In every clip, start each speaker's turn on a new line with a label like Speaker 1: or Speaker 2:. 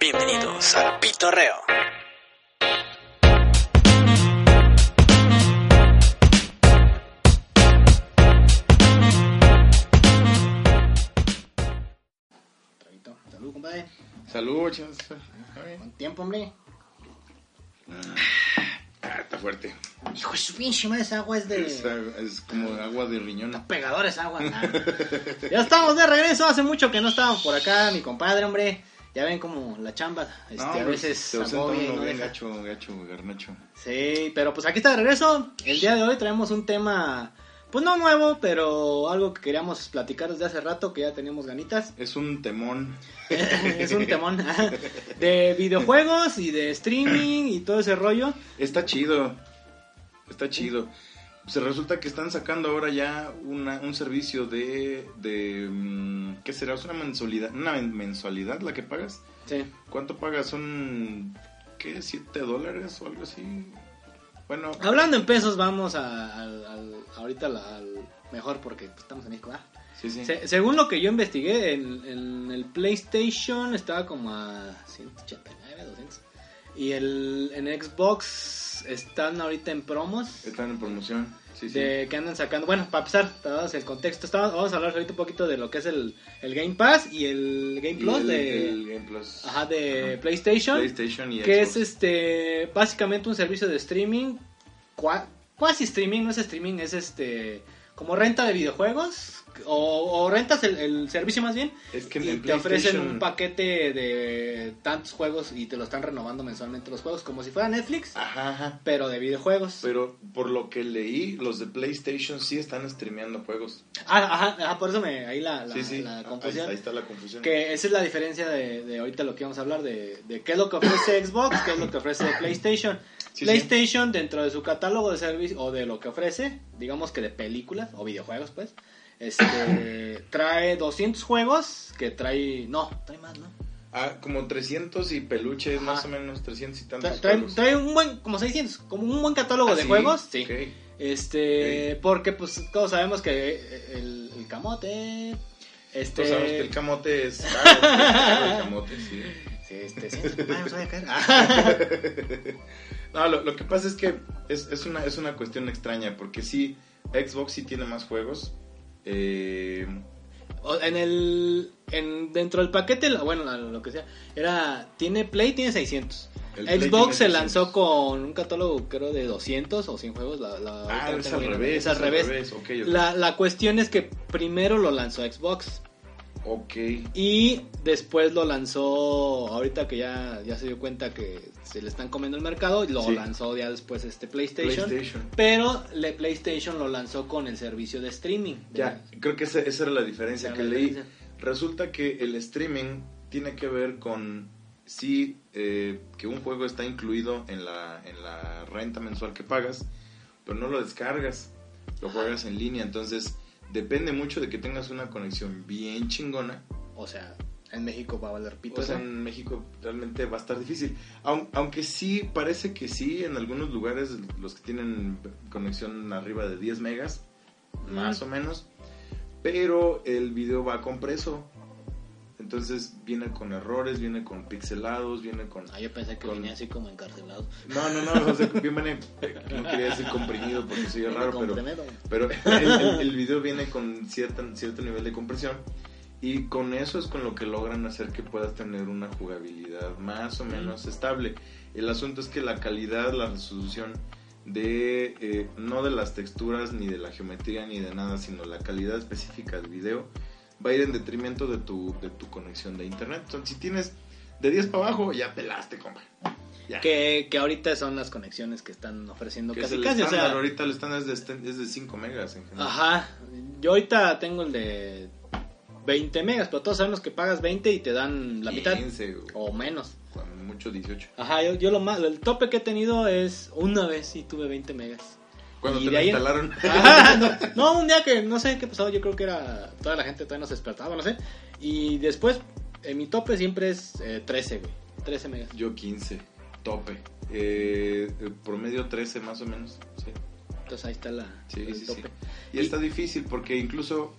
Speaker 1: Bienvenidos al Pitorreo.
Speaker 2: Traguito. Salud, compadre.
Speaker 3: Saludos, chicos.
Speaker 2: Con tiempo, hombre.
Speaker 3: Ah, está fuerte.
Speaker 2: Hijo de su pinche madre, esa agua es
Speaker 3: Es,
Speaker 2: de.
Speaker 3: es como agua de riñón.
Speaker 2: Pegadores, agua. ah. ya estamos de regreso. Hace mucho que no estábamos por acá, mi compadre, hombre. Ya ven como la chamba este,
Speaker 3: No,
Speaker 2: a
Speaker 3: hombre,
Speaker 2: veces
Speaker 3: se ausenta
Speaker 2: agobia y
Speaker 3: uno
Speaker 2: no
Speaker 3: bien
Speaker 2: deja.
Speaker 3: gacho, gacho, garnacho.
Speaker 2: Sí, pero pues aquí está de regreso. El día de hoy traemos un tema, pues no nuevo, pero algo que queríamos platicar desde hace rato, que ya teníamos ganitas.
Speaker 3: Es un temón.
Speaker 2: es un temón ah, de videojuegos y de streaming y todo ese rollo.
Speaker 3: Está chido. Está chido. Se resulta que están sacando ahora ya una, un servicio de, de... mm, ¿Qué será? ¿Es una mensualidad, una men- mensualidad la que pagas?
Speaker 2: Sí.
Speaker 3: ¿Cuánto pagas? ¿Son... ¿Qué? ¿Siete dólares o algo así? Bueno,
Speaker 2: Hablando en pesos, vamos a, al- al- ahorita la- al mejor porque pues, estamos en México. ¿verdad?
Speaker 3: sí, sí.
Speaker 2: Se- según lo que yo investigué, en, en el PlayStation estaba como a 189, 200. Y el, en Xbox están ahorita en promos.
Speaker 3: Están en promoción. Sí, sí.
Speaker 2: de que andan sacando. Bueno, para empezar, te damos el contexto. estaba- vamos a hablar ahorita un poquito de lo que es el, el Game Pass y el Game
Speaker 3: Y
Speaker 2: Plus
Speaker 3: el-
Speaker 2: de,
Speaker 3: el Game Plus.
Speaker 2: ajá, de
Speaker 3: Ajá.
Speaker 2: PlayStation,
Speaker 3: PlayStation y
Speaker 2: que es
Speaker 3: Xbox.
Speaker 2: este básicamente un servicio de streaming, cua- cuasi streaming, no es streaming, es este como renta de videojuegos o, o rentas el, el servicio más bien
Speaker 3: Es que
Speaker 2: y
Speaker 3: en
Speaker 2: te ofrecen un
Speaker 3: PlayStation...
Speaker 2: paquete de tantos juegos y te lo están renovando mensualmente los juegos como si fuera Netflix,
Speaker 3: Ajá, ajá.
Speaker 2: pero de videojuegos.
Speaker 3: Pero por lo que leí, los de PlayStation sí están streameando juegos.
Speaker 2: Ah, ajá, ajá, por eso me, ahí la, la,
Speaker 3: sí, sí.
Speaker 2: la
Speaker 3: Ahí-
Speaker 2: confusión.
Speaker 3: Ahí, está la confusión.
Speaker 2: Que esa es la diferencia de, de ahorita lo que vamos a hablar, de, de qué es lo que ofrece Xbox, qué es lo que ofrece PlayStation.
Speaker 3: Sí,
Speaker 2: PlayStation dentro de su catálogo de servicios o de lo que ofrece, digamos que de películas o videojuegos, pues, este, trae 200 juegos que trae, no, trae más, ¿no?
Speaker 3: Ah, como 300 y peluches,
Speaker 2: Ajá.
Speaker 3: más o menos 300 y
Speaker 2: Tra-
Speaker 3: tantos
Speaker 2: Trae,
Speaker 3: juegos.
Speaker 2: trae un buen, como 600, como un buen catálogo
Speaker 3: Ah,
Speaker 2: de
Speaker 3: sí,
Speaker 2: juegos, sí.
Speaker 3: ok.
Speaker 2: Este, porque pues todos sabemos que eh, el, el camote, este,
Speaker 3: Tú sabes que el camote es caro, es caro el camote, sí.
Speaker 2: Sí, este, sí, ay, me sabe caer. Ah,
Speaker 3: No, lo, lo que pasa es que es, es una, es una cuestión extraña, porque sí, Xbox sí tiene más juegos. Eh,
Speaker 2: o- en el en, dentro del paquete, la- bueno, la- lo que sea, era tiene Play tiene 600.
Speaker 3: el Play tiene
Speaker 2: Xbox se
Speaker 3: 300.
Speaker 2: lanzó con un catálogo creo de 200 o 100 juegos, la, la-
Speaker 3: Ah,
Speaker 2: ahorita
Speaker 3: es
Speaker 2: tengo
Speaker 3: al
Speaker 2: bien,
Speaker 3: revés.
Speaker 2: es al revés.
Speaker 3: ok, ok.
Speaker 2: La, la cuestión es que primero lo lanzó Xbox
Speaker 3: Ok.
Speaker 2: y después lo lanzó, ahorita que ya, ya se dio cuenta que se le están comiendo el mercado, lo
Speaker 3: Sí.
Speaker 2: lanzó ya después este PlayStation,
Speaker 3: PlayStation.
Speaker 2: pero le PlayStation lo lanzó con el servicio de streaming.
Speaker 3: Ya, creo que esa, esa era la diferencia
Speaker 2: Esa
Speaker 3: que
Speaker 2: era la
Speaker 3: leí.
Speaker 2: diferencia.
Speaker 3: Resulta que el streaming tiene que ver con sí eh, que un juego está incluido en la, en la renta mensual que pagas, pero no lo descargas, lo
Speaker 2: Ajá.
Speaker 3: juegas en línea. Entonces, depende mucho de que tengas una conexión bien chingona.
Speaker 2: O sea, en México va a valer pito.
Speaker 3: O sea,
Speaker 2: eso.
Speaker 3: en México realmente va a estar difícil. Aun- aunque sí, parece que sí, en algunos lugares, los que tienen conexión arriba de 10 megas, más
Speaker 2: Mm.
Speaker 3: o menos. Pero el video va compreso. Entonces viene con errores, viene con pixelados, viene con...
Speaker 2: Ah, yo pensé que
Speaker 3: Con-
Speaker 2: venía así como encarcelado.
Speaker 3: No, no, no, o sea, viene... No quería decir comprimido porque soy
Speaker 2: Viene
Speaker 3: raro,
Speaker 2: con
Speaker 3: pero...
Speaker 2: tremendo.
Speaker 3: Pero el, el- el video viene con cierta, cierto nivel de compresión. Y con eso es con lo que logran hacer que puedas tener una jugabilidad más o menos estable. El asunto es que la calidad, la resolución de eh, no de las texturas ni de la geometría ni de nada, sino la calidad específica del video va a ir en detrimento de tu, de tu conexión de internet. Entonces, si tienes de 10 para abajo, ya pelaste, compa. Ya.
Speaker 2: Que, que ahorita son las conexiones que están ofreciendo
Speaker 3: Que es
Speaker 2: casi
Speaker 3: el
Speaker 2: casi. O
Speaker 3: estándar,
Speaker 2: sea,
Speaker 3: ahorita el estándar es de, este- es de 5 megas en general.
Speaker 2: ajá. Yo ahorita tengo el de 20 megas, pero todos sabemos que pagas 20 y te dan la mitad
Speaker 3: 15, güey.
Speaker 2: o menos.
Speaker 3: Cuando mucho 18.
Speaker 2: Ajá, yo, yo lo más, el tope que he tenido es una vez y tuve 20 megas.
Speaker 3: Cuando
Speaker 2: Y
Speaker 3: te
Speaker 2: de
Speaker 3: lo
Speaker 2: ahí en- Ah.
Speaker 3: instalaron.
Speaker 2: Ajá, no, no, un día que no sé qué pasaba, yo creo que era toda la gente todavía nos despertaba, no sé. Y después, en mi tope siempre es eh, 13, güey. 13 megas.
Speaker 3: Yo 15, tope. Eh, eh, promedio 13 más o menos. Sí,
Speaker 2: Entonces ahí está la,
Speaker 3: sí,
Speaker 2: el
Speaker 3: sí, sí.
Speaker 2: tope.
Speaker 3: Y,
Speaker 2: Y-
Speaker 3: está difícil porque incluso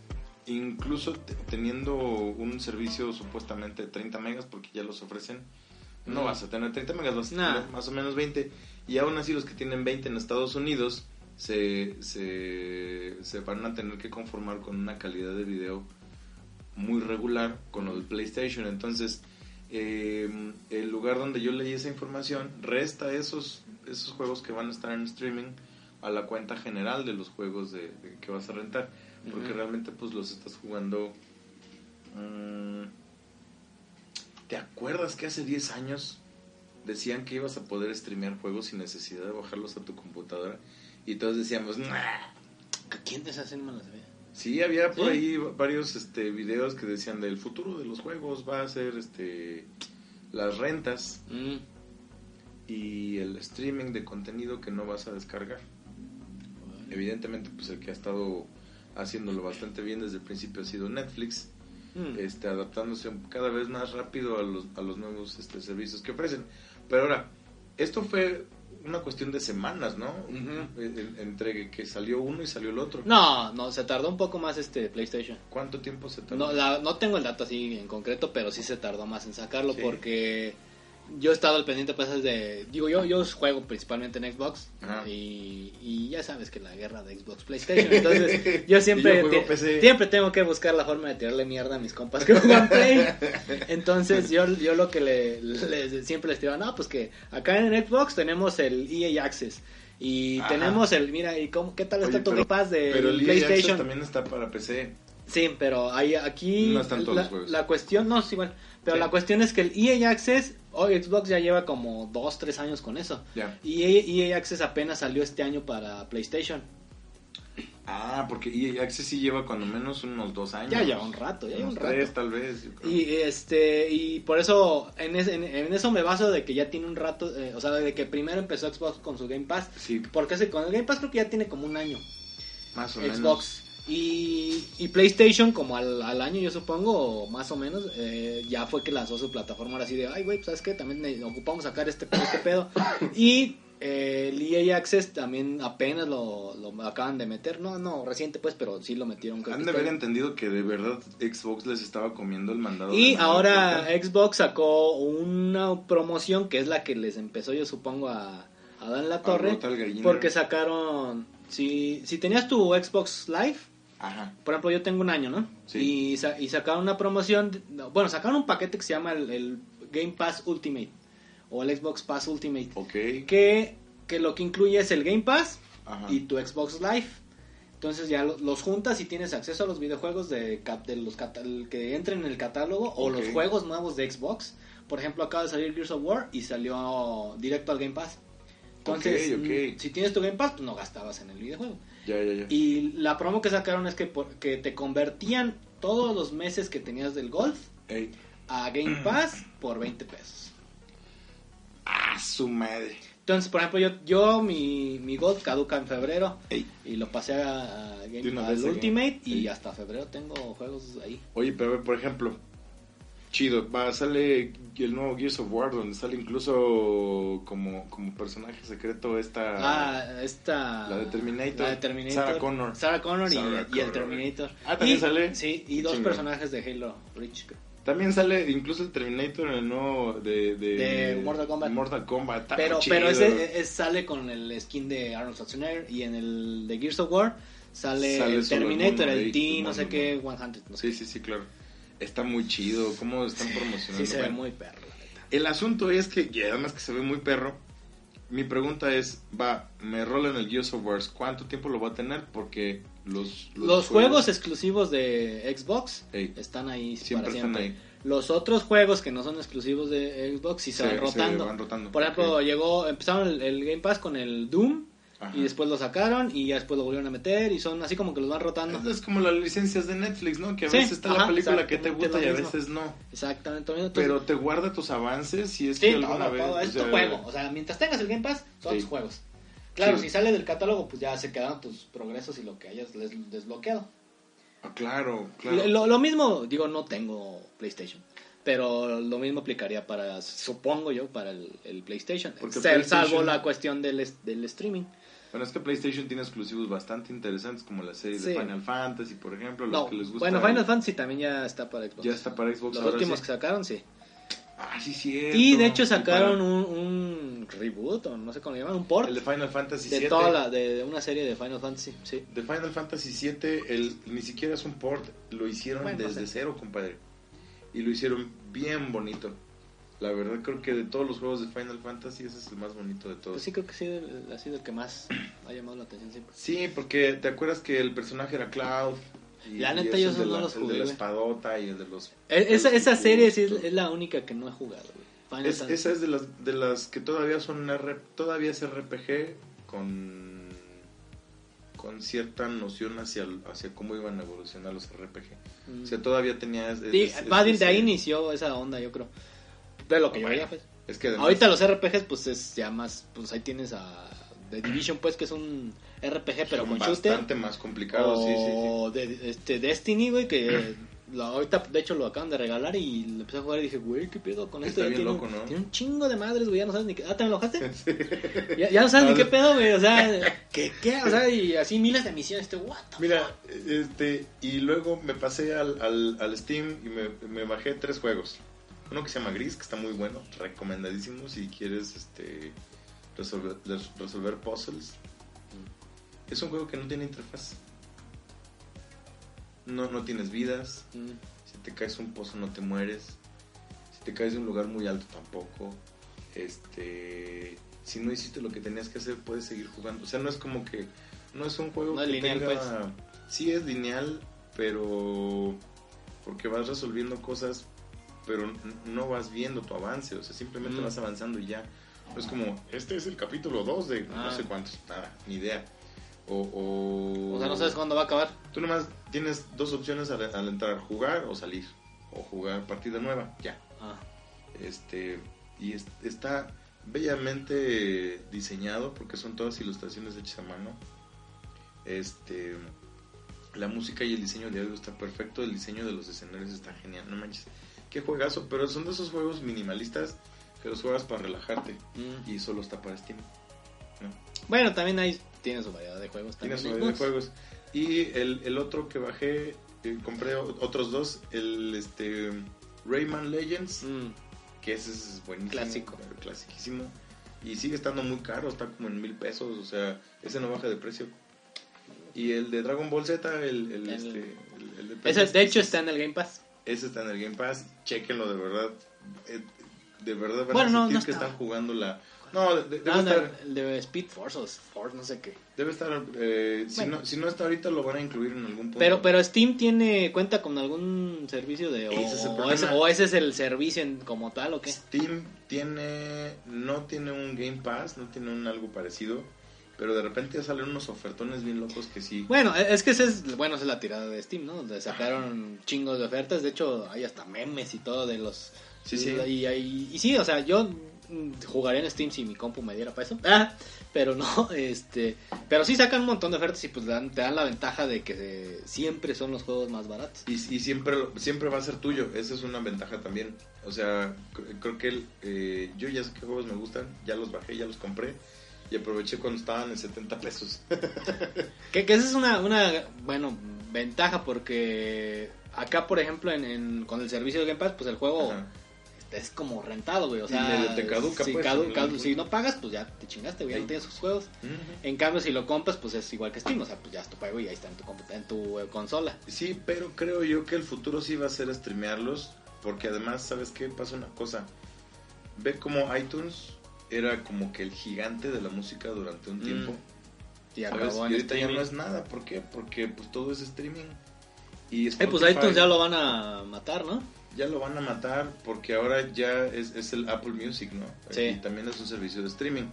Speaker 3: incluso te- teniendo un servicio supuestamente de 30 megas porque ya los ofrecen no
Speaker 2: Mm.
Speaker 3: vas a tener 30 megas, vas a
Speaker 2: Nah.
Speaker 3: tener más o menos 20. Y aún así los que tienen 20 en Estados Unidos se, se, se van a tener que conformar con una calidad de video muy regular con el PlayStation. Entonces, eh, el lugar donde yo leí esa información resta esos, esos juegos que van a estar en streaming a la cuenta general de los juegos de, de que vas a rentar. Porque
Speaker 2: Ujú.
Speaker 3: realmente pues los estás jugando... mm, ¿Te acuerdas que hace 10 años decían que ibas a poder streamear juegos sin necesidad de bajarlos a tu computadora? Y todos decíamos, "Nah".
Speaker 2: ¿A quién te hacen malas ideas?
Speaker 3: Sí, había por
Speaker 2: Sí.
Speaker 3: ahí varios este, videos que decían del futuro de los juegos va a ser este las rentas
Speaker 2: Mm.
Speaker 3: y el streaming de contenido que no vas a descargar. Evidentemente, pues el que ha estado haciéndolo bastante bien desde el principio ha sido Netflix,
Speaker 2: Mm.
Speaker 3: este, adaptándose cada vez más rápido a los, a los nuevos este, servicios que ofrecen. Pero ahora, esto fue una cuestión de semanas, ¿no?
Speaker 2: Ujú.
Speaker 3: En- en- Entre que salió uno y salió el otro.
Speaker 2: No, no, se tardó un poco más este PlayStation.
Speaker 3: ¿Cuánto tiempo se tardó?
Speaker 2: No, la- no tengo el dato así en concreto, pero sí se tardó más en sacarlo
Speaker 3: Sí.
Speaker 2: porque yo he estado al pendiente pues es de... Digo, yo, yo juego principalmente en Xbox
Speaker 3: Ajá.
Speaker 2: y, y ya sabes que la guerra de Xbox PlayStation. Entonces yo siempre,
Speaker 3: Y yo juego
Speaker 2: te-
Speaker 3: PC.
Speaker 2: siempre tengo que buscar la forma de tirarle mierda a mis compas que juegan Play. Entonces yo, yo lo que le, les- siempre les digo, no, pues que acá en Xbox tenemos el EA Access. Y
Speaker 3: Ajá.
Speaker 2: tenemos el, mira, ¿y cómo, qué tal está
Speaker 3: Oye,
Speaker 2: tu Game Pass de
Speaker 3: pero el EA Access
Speaker 2: PlayStation?
Speaker 3: también está para PC.
Speaker 2: Sí, pero hay, aquí
Speaker 3: No están todos
Speaker 2: la,
Speaker 3: los juegos.
Speaker 2: la cuestión, no, es igual, pero
Speaker 3: Sí.
Speaker 2: la cuestión es que el EA Access, hoy Xbox ya lleva como 2, 3 años con eso.
Speaker 3: Ya.
Speaker 2: Y E EA, EA Access apenas salió este año para PlayStation.
Speaker 3: Ah, porque EA Access sí lleva cuando menos unos dos años.
Speaker 2: Ya lleva un rato, ya lleva
Speaker 3: Unos
Speaker 2: un
Speaker 3: tres,
Speaker 2: rato.
Speaker 3: tal vez. yo creo.
Speaker 2: Y este y por eso en, es- en- en eso me baso de que ya tiene un rato, eh, o sea, de que primero empezó Xbox con su Game Pass,
Speaker 3: Sí,
Speaker 2: porque ese- con el Game Pass creo que ya tiene como un año.
Speaker 3: más o menos.
Speaker 2: Xbox. Y, y PlayStation, como al, al año, yo supongo, o más o menos, eh, ya fue que lanzó su plataforma. Ahora sí de, ay, güey, pues, ¿sabes qué? También ne- ocupamos sacar este, este pedo. Y eh, el EA Access también apenas lo, lo acaban de meter. No, no, reciente, pues, pero sí lo metieron. creo que
Speaker 3: Han de
Speaker 2: este
Speaker 3: haber
Speaker 2: año.
Speaker 3: entendido que de verdad Xbox les estaba comiendo el mandado. de
Speaker 2: Y
Speaker 3: manera
Speaker 2: ahora
Speaker 3: brutal.
Speaker 2: Xbox sacó una promoción que es la que les empezó, yo supongo, a, a dar en la torre.
Speaker 3: Alborota al gallinero.
Speaker 2: Porque sacaron. Si, si tenías tu Xbox Live,
Speaker 3: Ajá.
Speaker 2: Por ejemplo, yo tengo un año, ¿no?
Speaker 3: Sí.
Speaker 2: Y, sa- y sacaron una promoción, de- no, bueno, sacaron un paquete que se llama el, el Game Pass Ultimate o el Xbox Pass Ultimate,
Speaker 3: Ok.
Speaker 2: que, que lo que incluye es el Game Pass
Speaker 3: Ajá.
Speaker 2: y tu Xbox Live. Entonces ya lo- los juntas y tienes acceso a los videojuegos de, cap- de los cata- que entren en el catálogo o
Speaker 3: Ok.
Speaker 2: los juegos nuevos de Xbox. Por ejemplo, acaba de salir Gears of War y salió directo al Game Pass. Entonces,
Speaker 3: Ok, ok.
Speaker 2: mm, si tienes tu Game Pass, pues no gastabas en el videojuego.
Speaker 3: Ya, ya, ya.
Speaker 2: Y la promo que sacaron es que, por- que te convertían todos los meses que tenías del golf
Speaker 3: Ey.
Speaker 2: a Game Pass por 20 pesos.
Speaker 3: Ah, su madre.
Speaker 2: Entonces, por ejemplo, yo, yo mi, mi golf caduca en febrero
Speaker 3: Ey.
Speaker 2: y lo pasé a, a
Speaker 3: De
Speaker 2: Game
Speaker 3: una
Speaker 2: Pass
Speaker 3: vez a
Speaker 2: Ultimate
Speaker 3: Game-
Speaker 2: y
Speaker 3: sí.
Speaker 2: hasta febrero tengo juegos ahí.
Speaker 3: Oye, pero a ver, por ejemplo, chido, va, sale el nuevo Gears of War, donde sale incluso como, como personaje secreto esta...
Speaker 2: Ah, esta...
Speaker 3: la de Terminator.
Speaker 2: La de Terminator.
Speaker 3: Sarah Connor.
Speaker 2: Sarah Connor y,
Speaker 3: Sarah
Speaker 2: y el
Speaker 3: Connor.
Speaker 2: Terminator.
Speaker 3: Ah, ¿también
Speaker 2: Y-
Speaker 3: sale?
Speaker 2: Sí, y dos
Speaker 3: Chingón.
Speaker 2: personajes de Halo Reach. creo.
Speaker 3: También sale incluso el Terminator en el nuevo de... De,
Speaker 2: De Mortal Kombat.
Speaker 3: Mortal Kombat, está
Speaker 2: Pero,
Speaker 3: chido.
Speaker 2: pero ese eh, es- sale con el skin de Arnold Schwarzenegger y en el de Gears of War sale,
Speaker 3: Sale
Speaker 2: el
Speaker 3: solo el
Speaker 2: Terminator,
Speaker 3: mono
Speaker 2: el
Speaker 3: ahí,
Speaker 2: T,
Speaker 3: el
Speaker 2: no sé
Speaker 3: mono,
Speaker 2: qué, 100. No sé
Speaker 3: Sí, sí, sí, claro. Está muy chido, cómo están
Speaker 2: qué.
Speaker 3: promocionando.
Speaker 2: Sí, se ve
Speaker 3: Bueno,
Speaker 2: muy perro, la neta.
Speaker 3: El asunto es que, y además que se ve muy perro, mi pregunta es, va, me rolan el Gears of War, ¿cuánto tiempo lo va a tener? Porque los...
Speaker 2: Los, juegos, exclusivos de Xbox
Speaker 3: Ey.
Speaker 2: están ahí
Speaker 3: Siempre
Speaker 2: para
Speaker 3: están
Speaker 2: siempre.
Speaker 3: ahí.
Speaker 2: Los otros juegos que no son exclusivos de Xbox sí se, van rotando.
Speaker 3: van rotando.
Speaker 2: Por ejemplo,
Speaker 3: Ok.
Speaker 2: llegó, empezaron el, el Game Pass con el Doom
Speaker 3: Ajá.
Speaker 2: y después lo sacaron y ya después lo volvieron a meter y son así como que los van rotando.
Speaker 3: Es como las licencias de Netflix, ¿no? Que a
Speaker 2: Sí,
Speaker 3: veces está
Speaker 2: ajá,
Speaker 3: la película que te
Speaker 2: exactamente
Speaker 3: gusta
Speaker 2: lo
Speaker 3: y a
Speaker 2: mismo.
Speaker 3: veces no.
Speaker 2: Exactamente. lo mismo. Entonces,
Speaker 3: Pero te guarda tus avances si es
Speaker 2: Sí,
Speaker 3: que
Speaker 2: no,
Speaker 3: alguna
Speaker 2: no,
Speaker 3: vez.
Speaker 2: todo,
Speaker 3: o
Speaker 2: es tu
Speaker 3: sea,
Speaker 2: juego. O sea, mientras tengas el Game Pass, son
Speaker 3: Sí.
Speaker 2: tus juegos. Claro,
Speaker 3: Sí.
Speaker 2: si sale del catálogo, pues ya se quedaron tus progresos y lo que hayas des- desbloqueado.
Speaker 3: ah, Claro, claro.
Speaker 2: Lo, lo mismo, digo, no tengo PlayStation. Pero lo mismo aplicaría para, supongo yo, para el, el PlayStation.
Speaker 3: Porque
Speaker 2: Sal-
Speaker 3: PlayStation-
Speaker 2: Salvo la cuestión del, es- del streaming.
Speaker 3: Bueno, es que PlayStation tiene exclusivos bastante interesantes, como la serie de
Speaker 2: Sí.
Speaker 3: Final Fantasy, por ejemplo. Los
Speaker 2: No,
Speaker 3: que les gusta.
Speaker 2: bueno, Final Fantasy también ya está para Xbox.
Speaker 3: Ya está para Xbox.
Speaker 2: Los
Speaker 3: ahora
Speaker 2: últimos
Speaker 3: sí.
Speaker 2: que sacaron, sí.
Speaker 3: Ah, sí, cierto.
Speaker 2: Y de hecho sacaron un, un reboot, o no sé cómo le llaman, un port.
Speaker 3: El de Final Fantasy
Speaker 2: de
Speaker 3: VII.
Speaker 2: toda la, de, de una serie de Final Fantasy, sí.
Speaker 3: De Final Fantasy VII, el, ni siquiera es un port, lo hicieron
Speaker 2: Bueno,
Speaker 3: desde
Speaker 2: sí.
Speaker 3: cero, compadre. Y lo hicieron bien bonito. La verdad creo que de todos los juegos de Final Fantasy ese es el más bonito de todos.
Speaker 2: Pues sí, creo que sí, el- ha sido el que más ha llamado la atención siempre.
Speaker 3: Sí, porque te acuerdas que el personaje era Cloud. Y,
Speaker 2: La
Speaker 3: y
Speaker 2: neta,
Speaker 3: ese
Speaker 2: yo
Speaker 3: es
Speaker 2: esos
Speaker 3: de
Speaker 2: no
Speaker 3: la-
Speaker 2: los
Speaker 3: El
Speaker 2: jugué,
Speaker 3: de la
Speaker 2: güey.
Speaker 3: espadota y el de los...
Speaker 2: E- Esa,
Speaker 3: los
Speaker 2: esa serie sí es,
Speaker 3: picudos.
Speaker 2: es la única que no he jugado, güey. Final
Speaker 3: Es-
Speaker 2: Fantasy.
Speaker 3: esa es de las, de las que todavía son R- todavía es RPG con con cierta noción hacia, hacia cómo iban a evolucionar los RPG.
Speaker 2: Mm.
Speaker 3: O sea, todavía tenía... es-
Speaker 2: Sí,
Speaker 3: es-
Speaker 2: más bien
Speaker 3: es-
Speaker 2: de ahí inició esa onda, yo creo. De lo que yo
Speaker 3: Bueno,
Speaker 2: veía, pues.
Speaker 3: Es que además-
Speaker 2: Ahorita los RPGs, pues es ya más. Pues ahí tienes a The Division, pues que es un RPG, pero
Speaker 3: son
Speaker 2: con shooter.
Speaker 3: bastante más complicado, sí, sí,
Speaker 2: o de, este, Destiny, güey, que lo- ahorita de hecho lo acaban de regalar y lo empecé a jugar y dije, güey, ¿qué pedo con
Speaker 3: Está
Speaker 2: esto? Ya
Speaker 3: bien
Speaker 2: tiene,
Speaker 3: loco, ¿no?
Speaker 2: tiene un chingo de madres, güey, ya no sabes ni qué. Ah, ¿te enojaste?
Speaker 3: sí.
Speaker 2: ya, ya no sabes ni
Speaker 3: Ah,
Speaker 2: qué pedo, güey, o sea, ¿qué, qué? O sea, y así miles de misiones, este, what the
Speaker 3: Mira, este, y luego me pasé al, al, al Steam y me, me bajé tres juegos. Uno que se llama Gris, que está muy bueno, recomendadísimo si quieres este, resolver, res- resolver puzzles. Es un juego que no tiene interfaz. No, no tienes vidas.
Speaker 2: fuck? Mm.
Speaker 3: Si te caes un pozo no te mueres. Si te caes de un lugar muy alto tampoco. Este, si no hiciste lo que tenías que hacer puedes seguir jugando. O sea, no es como que no es un juego
Speaker 2: No es
Speaker 3: que
Speaker 2: lineal, pues.
Speaker 3: tenga- sí es lineal, pero porque vas resolviendo cosas, pero n- no vas viendo tu avance, o sea, simplemente
Speaker 2: Mm.
Speaker 3: vas avanzando y ya. No es como, este es el capítulo 2 de
Speaker 2: Ah.
Speaker 3: no sé cuántos, nada, ni idea. O, o,
Speaker 2: O sea, no sabes cuándo va a acabar.
Speaker 3: Tú nomás tienes dos opciones al, al entrar, jugar o salir, o jugar partida nueva, ya.
Speaker 2: Ah.
Speaker 3: Este, y es- está bellamente diseñado porque son todas ilustraciones hechas a mano. Este, la música y el diseño de audio está perfecto, el diseño de los escenarios está genial, no manches. Qué juegazo, pero son de esos juegos minimalistas que los juegas para relajarte
Speaker 2: Mm.
Speaker 3: y solo está para Steam.
Speaker 2: Bueno, también hay, tiene su variedad de juegos.
Speaker 3: Tiene
Speaker 2: también
Speaker 3: su variedad de
Speaker 2: Xbox.
Speaker 3: juegos. Y el, el otro que bajé, eh, compré o- otros dos, el este Rayman Legends,
Speaker 2: Mm.
Speaker 3: que ese es buenísimo.
Speaker 2: Clásico.
Speaker 3: claro, Clasiquísimo. Y sigue estando muy caro, está como en mil pesos, o sea, ese no baja de precio. Y el de Dragon Ball Z, el, el,
Speaker 2: El-
Speaker 3: este, el- el de
Speaker 2: Ese,
Speaker 3: PS,
Speaker 2: de hecho, está en el Game Pass.
Speaker 3: ese está en el Game Pass, chequenlo de verdad. eh, De verdad van
Speaker 2: Bueno,
Speaker 3: a
Speaker 2: no,
Speaker 3: sentir
Speaker 2: no
Speaker 3: que
Speaker 2: está.
Speaker 3: están jugando la... No, de- de- debe
Speaker 2: No, no,
Speaker 3: estar-
Speaker 2: el de Speed Force o Force, no sé qué.
Speaker 3: Debe estar, eh, si,
Speaker 2: Bueno.
Speaker 3: no, si no está ahorita lo van a incluir en algún punto.
Speaker 2: Pero, pero Steam tiene cuenta con algún servicio de. O o
Speaker 3: Ese es
Speaker 2: ese
Speaker 3: el
Speaker 2: o
Speaker 3: problema.
Speaker 2: ese es, el servicio en- como tal o qué.
Speaker 3: Steam tiene, no tiene un Game Pass, no tiene un algo parecido, pero de repente salen unos ofertones bien locos que sí.
Speaker 2: Bueno, e- es que esa es, bueno, esa es la tirada de Steam, ¿no? Le sacaron chingos de ofertas. De hecho, hay hasta memes y todo de los.
Speaker 3: Sí, sí.
Speaker 2: Y, hay- y sí, o sea, yo mm, jugaría en Steam si mi compu me diera para eso. Ah, pero no, este. Pero sí sacan un montón de ofertas y pues dan- te dan la ventaja de que eh, siempre son los juegos más baratos.
Speaker 3: Y, y siempre, lo- siempre va a ser tuyo, esa es una ventaja también. O sea, cre- creo que el, eh, yo ya sé qué juegos me gustan, ya los bajé, ya los compré y aproveché cuando estaban en 70 pesos.
Speaker 2: Que, que esa es una, una, bueno, ventaja porque acá, por ejemplo, en, en- con el servicio de Game Pass, pues el juego
Speaker 3: Ajá.
Speaker 2: es como rentado, güey. O
Speaker 3: Y
Speaker 2: sea,
Speaker 3: medio te caduca,
Speaker 2: si,
Speaker 3: pues,
Speaker 2: cadu-
Speaker 3: en
Speaker 2: cadu-
Speaker 3: algún
Speaker 2: si
Speaker 3: punto.
Speaker 2: no pagas, pues ya te chingaste, güey, ya no
Speaker 3: Sí.
Speaker 2: tienes sus juegos.
Speaker 3: Ujú.
Speaker 2: En cambio, si lo compras, pues es igual que Steam, o sea, pues ya es tu juego y ahí está en tu, computa- en tu eh, consola.
Speaker 3: Sí, pero creo yo que el futuro sí va a ser streamearlos, porque además, ¿sabes qué? Pasa una cosa. Ve como iTunes era como que el gigante de la música durante un
Speaker 2: Mm,
Speaker 3: tiempo.
Speaker 2: Y
Speaker 3: ¿sabes?
Speaker 2: acabó
Speaker 3: Y
Speaker 2: en
Speaker 3: ahorita ya
Speaker 2: streaming.
Speaker 3: no es nada, ¿por qué? Porque pues todo es streaming. Y
Speaker 2: Eh, pues
Speaker 3: Spotify
Speaker 2: iTunes ya lo van a matar, ¿no?
Speaker 3: ya lo van a matar porque ahora ya es, es el Apple Music, ¿no?
Speaker 2: Sí.
Speaker 3: Y también es un servicio de streaming.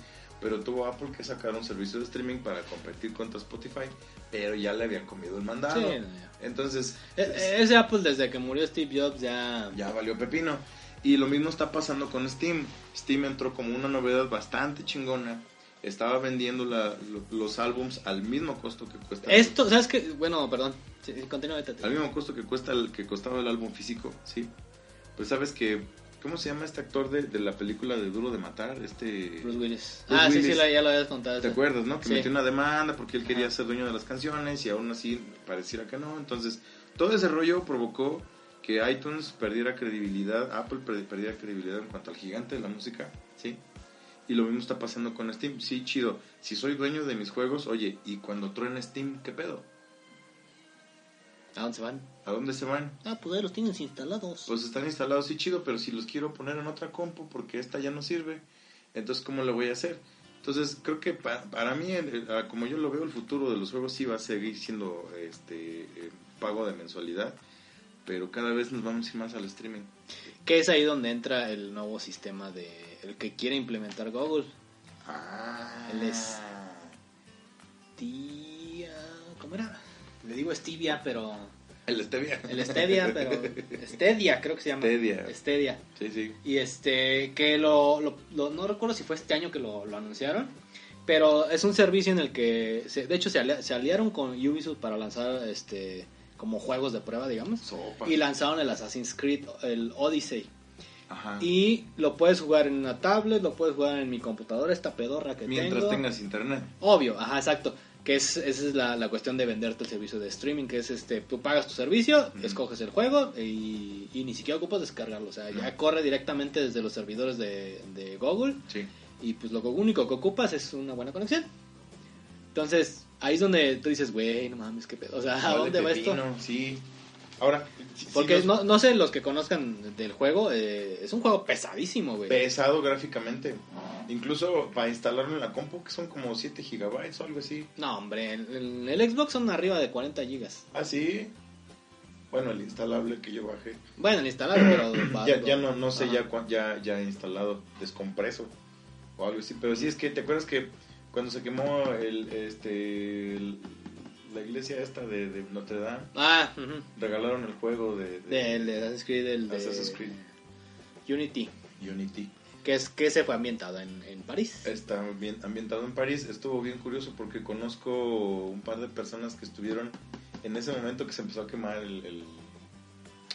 Speaker 3: Pero tuvo Apple que sacar un servicio de streaming para competir contra Spotify, pero ya le habían comido el mandado.
Speaker 2: Sí, no, ya.
Speaker 3: Entonces,
Speaker 2: E- e- ese Apple desde que murió Steve Jobs ya...
Speaker 3: ya valió pepino. Y lo mismo está pasando con Steam. Steam entró como una novedad bastante chingona. Estaba vendiendo la- lo- los álbums al mismo costo que cuesta.
Speaker 2: Esto, ¿sabes qué? Bueno, perdón, sí, sí, continúa, ahorita te-
Speaker 3: Al mismo costo que cuesta el que costaba el álbum físico, sí. Pues sabes que ¿cómo se llama este actor de, de la película de Duro de matar? Este
Speaker 2: Bruce Willis.
Speaker 3: Bruce
Speaker 2: ah, sí, sí,
Speaker 3: Willis.
Speaker 2: la- ya lo habías contado.
Speaker 3: ¿Te
Speaker 2: eso.
Speaker 3: acuerdas, no? Que
Speaker 2: Sí.
Speaker 3: metió una demanda porque él quería ser dueño de las canciones y aún así pareciera que no. Entonces, todo ese rollo provocó que iTunes perdiera credibilidad, Apple per- perdiera credibilidad en cuanto al gigante de la música, ¿sí? Y lo mismo está pasando con Steam. Sí, chido. Si soy dueño de mis juegos, oye, y cuando truena Steam, ¿qué pedo?
Speaker 2: ¿A dónde se van?
Speaker 3: ¿A dónde se van?
Speaker 2: Ah, pues ahí los tienes instalados.
Speaker 3: Pues están instalados, sí, chido, pero si los quiero poner en otra compu porque esta ya no sirve, entonces, ¿cómo lo voy a hacer? Entonces, creo que pa- para mí, el- el- como yo lo veo, el futuro de los juegos sí va a seguir siendo este eh, pago de mensualidad, pero cada vez nos vamos a ir más al streaming.
Speaker 2: que es ahí donde entra el nuevo sistema de el que quiere implementar Google.
Speaker 3: Ah,
Speaker 2: El es- Tía, ¿cómo era? Le digo Stevia, pero
Speaker 3: El Stevia.
Speaker 2: el Stevia, pero Stedia creo que se llama.
Speaker 3: Stadia.
Speaker 2: Stedia.
Speaker 3: Sí, sí.
Speaker 2: Y este, que lo, lo- lo- no recuerdo si fue este año que lo, lo anunciaron, pero es un servicio en el que, se- de hecho, se, alia- se aliaron con Ubisoft para lanzar este como juegos de prueba, digamos,
Speaker 3: Sopa.
Speaker 2: y lanzaron el Assassin's Creed, el Odyssey.
Speaker 3: Ajá.
Speaker 2: Y lo puedes jugar en una tablet, lo puedes jugar en mi computadora, esta pedorra que
Speaker 3: Mientras
Speaker 2: tengo.
Speaker 3: tengas internet.
Speaker 2: Obvio, ajá, exacto. Que es, esa es la, la cuestión de venderte el servicio de streaming, que es este, tú pagas tu servicio,
Speaker 3: Ujú.
Speaker 2: escoges el juego y, y ni siquiera ocupas descargarlo. O sea, ya
Speaker 3: No.
Speaker 2: corre directamente desde los servidores de, de Google
Speaker 3: Sí.
Speaker 2: y pues lo único que ocupas es una buena conexión. Entonces, ahí es donde tú dices, güey, no mames, qué pedo. O sea, ¿a
Speaker 3: Vale,
Speaker 2: dónde va esto?
Speaker 3: pepino, Sí. Ahora, si- si
Speaker 2: Porque
Speaker 3: los-
Speaker 2: no, no sé, los que conozcan del juego, eh, es un juego pesadísimo, güey. Ah.
Speaker 3: pesado gráficamente. Incluso para instalarlo en la compu, que son como 7 gigabytes o algo así.
Speaker 2: No, hombre, en en el Xbox son arriba de 40 gigas.
Speaker 3: Ah, sí. Bueno, el instalable que yo bajé.
Speaker 2: Bueno, el instalado, pero... va-
Speaker 3: Ya, ya no, no sé,
Speaker 2: Ajá.
Speaker 3: ya, cuan- ya, ya instalado, descompreso o algo así. Pero sí es que, ¿te acuerdas que cuando se quemó el, este, el- la iglesia esta de, de Notre Dame,
Speaker 2: Ah, ujú.
Speaker 3: regalaron el juego de, de
Speaker 2: del de Assassin's Creed, el de
Speaker 3: Assassin's Creed
Speaker 2: Unity,
Speaker 3: Unity?
Speaker 2: que es que se fue ambientado en, en París.
Speaker 3: Está bien ambientado en París. Estuvo bien curioso porque conozco un par de personas que estuvieron en ese momento que se empezó a quemar el, el,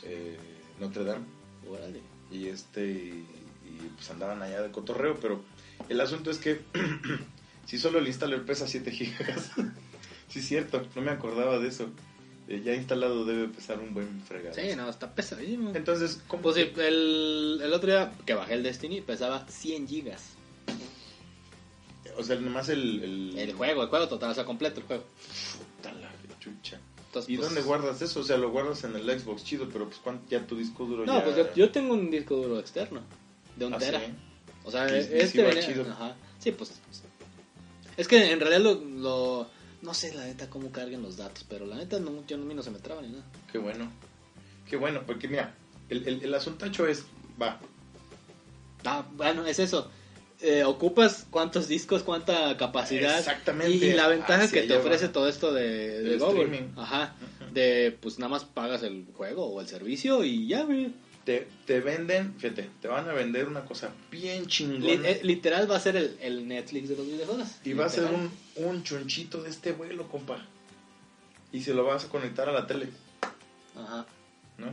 Speaker 3: eh, Notre Dame
Speaker 2: Órale.
Speaker 3: y este y, y, pues andaban allá de cotorreo, pero el asunto es que si solo el installer pesa 7 gigas. sí, cierto, no me acordaba de eso. Eh, ya instalado debe pesar un buen fregado.
Speaker 2: Sí, no, está pesadísimo.
Speaker 3: Entonces, ¿cómo?
Speaker 2: Pues sí, el, el otro día que bajé el Destiny pesaba 100 gigas.
Speaker 3: O sea, nomás el... El,
Speaker 2: El juego, el juego total, o sea, completo el juego.
Speaker 3: Puta la chucha.
Speaker 2: Entonces,
Speaker 3: ¿Y
Speaker 2: pues,
Speaker 3: dónde guardas eso? O sea, lo guardas en el Xbox, chido, pero pues ¿cuánto? ya tu disco duro
Speaker 2: No,
Speaker 3: ya...
Speaker 2: pues yo, yo tengo un disco duro externo, de un
Speaker 3: Ah,
Speaker 2: tera.
Speaker 3: sí.
Speaker 2: O sea,
Speaker 3: Sí, sí,
Speaker 2: este
Speaker 3: sí va
Speaker 2: venía-
Speaker 3: chido.
Speaker 2: ajá. Sí, pues. Es que en realidad lo, lo- No sé, la neta, cómo carguen los datos, pero la neta, no, yo, a mí no se me traba ni nada.
Speaker 3: Qué bueno. Qué bueno, porque mira, el, el, el asuntacho es, va,
Speaker 2: Ah, bueno, es eso. Eh, ocupas cuántos discos, cuánta capacidad.
Speaker 3: Exactamente.
Speaker 2: Y, y la ventaja
Speaker 3: Hacia
Speaker 2: que te
Speaker 3: allá
Speaker 2: ofrece
Speaker 3: va.
Speaker 2: todo esto de, de
Speaker 3: Del
Speaker 2: Google.
Speaker 3: streaming.
Speaker 2: Ajá. De, pues nada más pagas el juego o el servicio y ya, güey.
Speaker 3: te, te venden, fíjate, te van a vender una cosa bien
Speaker 2: Li-
Speaker 3: chingona.
Speaker 2: eh, literal va a ser el, el Netflix de los videojuegos.
Speaker 3: y va a ser
Speaker 2: Literal.
Speaker 3: un, un chonchito de este vuelo, compa. Y se lo vas a conectar a la tele,
Speaker 2: Ajá.
Speaker 3: ¿no?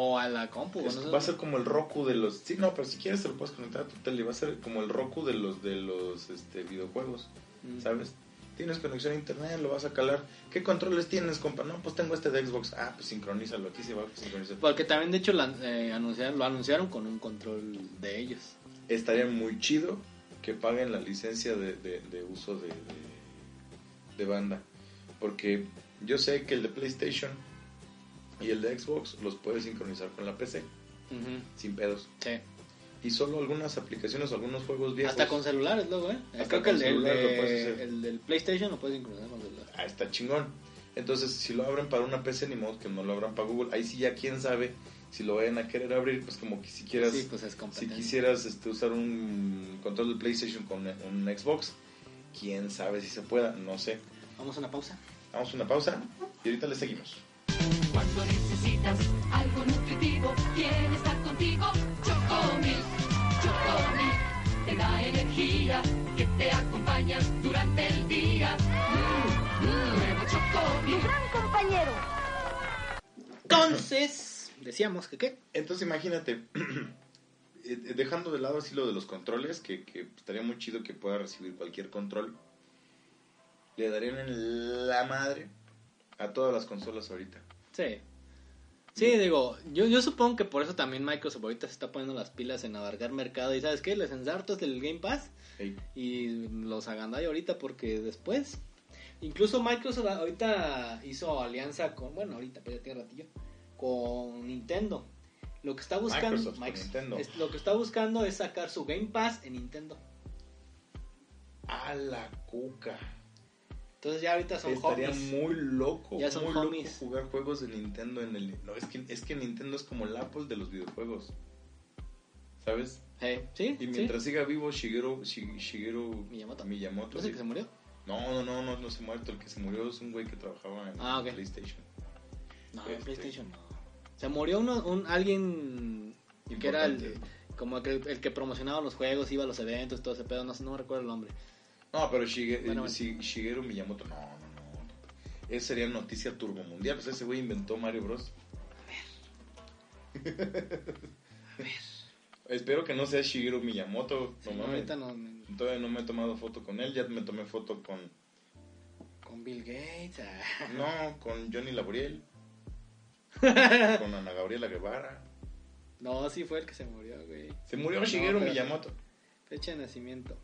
Speaker 2: O a la compu.
Speaker 3: Es-
Speaker 2: no sé.
Speaker 3: va a ser como el Roku de los... Sí, no, pero si quieres te lo puedes conectar a tu tele. Va a ser como el Roku de los, de los este, videojuegos.
Speaker 2: Mm.
Speaker 3: ¿sabes? Tienes conexión a internet, lo vas a calar. ¿Qué controles tienes, compa? No, pues tengo este de Xbox. Ah, pues sincronízalo, aquí se va a sincronizar.
Speaker 2: Porque también, de hecho, la- eh, anunciaron, lo anunciaron con un control de ellos.
Speaker 3: Estaría muy chido que paguen la licencia de, de- de uso de, de- de banda. Porque yo sé que el de PlayStation y el de Xbox los puedes sincronizar con la PC,
Speaker 2: Ujú,
Speaker 3: sin pedos.
Speaker 2: Sí.
Speaker 3: Y solo algunas aplicaciones, algunos juegos viejos.
Speaker 2: Hasta con celulares luego, ¿eh?
Speaker 3: Hasta
Speaker 2: Creo que el,
Speaker 3: con
Speaker 2: el,
Speaker 3: celular lo
Speaker 2: de-
Speaker 3: puedes hacer.
Speaker 2: el del PlayStation lo puedes sincronizar con celular.
Speaker 3: Ah, está chingón. Entonces, si lo abren para una PC, ni modo que no lo abran para Google. Ahí sí ya quién sabe si lo vayan a querer abrir, pues como que si quieras,
Speaker 2: Sí, pues es
Speaker 3: si
Speaker 2: competencia.
Speaker 3: quisieras este, usar un control de PlayStation con un Xbox, quién sabe si se pueda, no sé.
Speaker 2: Vamos a una pausa.
Speaker 3: Vamos a una pausa y ahorita le seguimos.
Speaker 4: Cuando necesitas algo nutritivo, quién está contigo, Chocomil, Chocomil, te da energía que te acompaña durante el día. Mm, mm, nuevo Chocomil.
Speaker 5: compañero.
Speaker 2: Entonces, decíamos que qué.
Speaker 3: Entonces, imagínate, eh, dejando de lado así lo de los controles, que, que estaría muy chido que pueda recibir cualquier control, le darían en la madre a todas las consolas ahorita.
Speaker 2: Sí. Sí, digo, yo, yo supongo que por eso también Microsoft ahorita se está poniendo las pilas en abarcar mercado. ¿Y sabes qué? Les ensartas del Game Pass
Speaker 3: Ey,
Speaker 2: y los agandai ahorita porque después. Incluso Microsoft ahorita hizo alianza con, bueno, ahorita, pero ya tiene ratillo, con Nintendo. Lo que está buscando
Speaker 3: Microsoft con Nintendo.
Speaker 2: es- lo que está buscando es sacar su Game Pass en Nintendo.
Speaker 3: A la cuca.
Speaker 2: Entonces ya ahorita son
Speaker 3: Estaría
Speaker 2: hobbies.
Speaker 3: muy loco,
Speaker 2: Ya son
Speaker 3: muy loco
Speaker 2: homies.
Speaker 3: jugar juegos de Nintendo en el. No, es que, es que Nintendo es como el Apple de los videojuegos. ¿Sabes?
Speaker 2: Eh, sí,
Speaker 3: Y
Speaker 2: sí.
Speaker 3: mientras siga vivo Shigeru, Shi- Shigeru
Speaker 2: Miyamoto.
Speaker 3: Miyamoto,
Speaker 2: ¿No es el
Speaker 3: sí.
Speaker 2: que se murió?
Speaker 3: No, no, no, no, no se ha muerto. El que se murió es un güey que trabajaba en
Speaker 2: Ah, ok.
Speaker 3: PlayStation.
Speaker 2: No, en
Speaker 3: Este.
Speaker 2: PlayStation no. Se murió uno, un, alguien que era el,
Speaker 3: Importante.
Speaker 2: como que, el que promocionaba los juegos, iba a los eventos, todo ese pedo, no sé, no me recuerdo el nombre.
Speaker 3: No, pero Shige-
Speaker 2: Bueno, bueno.
Speaker 3: eh, Shi- Shigeru Miyamoto, no, no, no. Esa sería noticia turbomundial. Pues ese güey inventó Mario Bros. Espero que no sea Shigeru Miyamoto. No
Speaker 2: Sí, no,
Speaker 3: mames.
Speaker 2: ahorita no, me-
Speaker 3: Todavía no me he tomado foto con él. Ya me tomé foto con.
Speaker 2: con Bill Gates. ah.
Speaker 3: No, con Johnny Laboriel. con Ana Gabriela Guevara.
Speaker 2: No, sí fue el que se murió, güey.
Speaker 3: Se murió
Speaker 2: No,
Speaker 3: Shigeru
Speaker 2: espérate.
Speaker 3: Miyamoto.
Speaker 2: Fecha de nacimiento.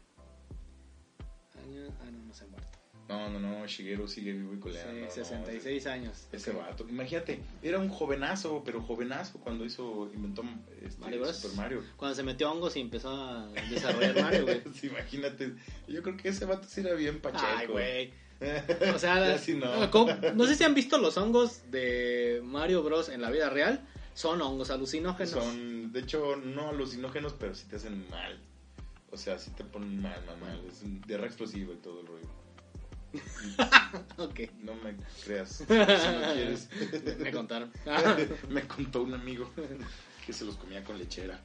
Speaker 2: Año, ah, no, no se ha muerto.
Speaker 3: No, no, no. Shigeru sigue vivo y
Speaker 2: Sí,
Speaker 3: coleando. no,
Speaker 2: 66 años.
Speaker 3: Ese vato, imagínate, era un jovenazo, pero jovenazo cuando hizo, inventó este,
Speaker 2: Mario Bros.
Speaker 3: Super Mario.
Speaker 2: Cuando se metió a hongos y empezó a desarrollar Mario, güey.
Speaker 3: Sí, imagínate, yo creo que ese vato sí era bien pacheco.
Speaker 2: Ay, güey. O sea,
Speaker 3: Ya sí no.
Speaker 2: ¿cómo? no sé si han visto los hongos de Mario Bros en la vida real. Son hongos alucinógenos.
Speaker 3: Son, de hecho, no alucinógenos, pero sí te hacen mal. O sea, sí te ponen mal, mal, mal. Es un guerra explosiva y todo el rollo.
Speaker 2: Ok.
Speaker 3: No me creas, si no quieres.
Speaker 2: Me contaron. Ah,
Speaker 3: me contó un amigo que se los comía con lechera.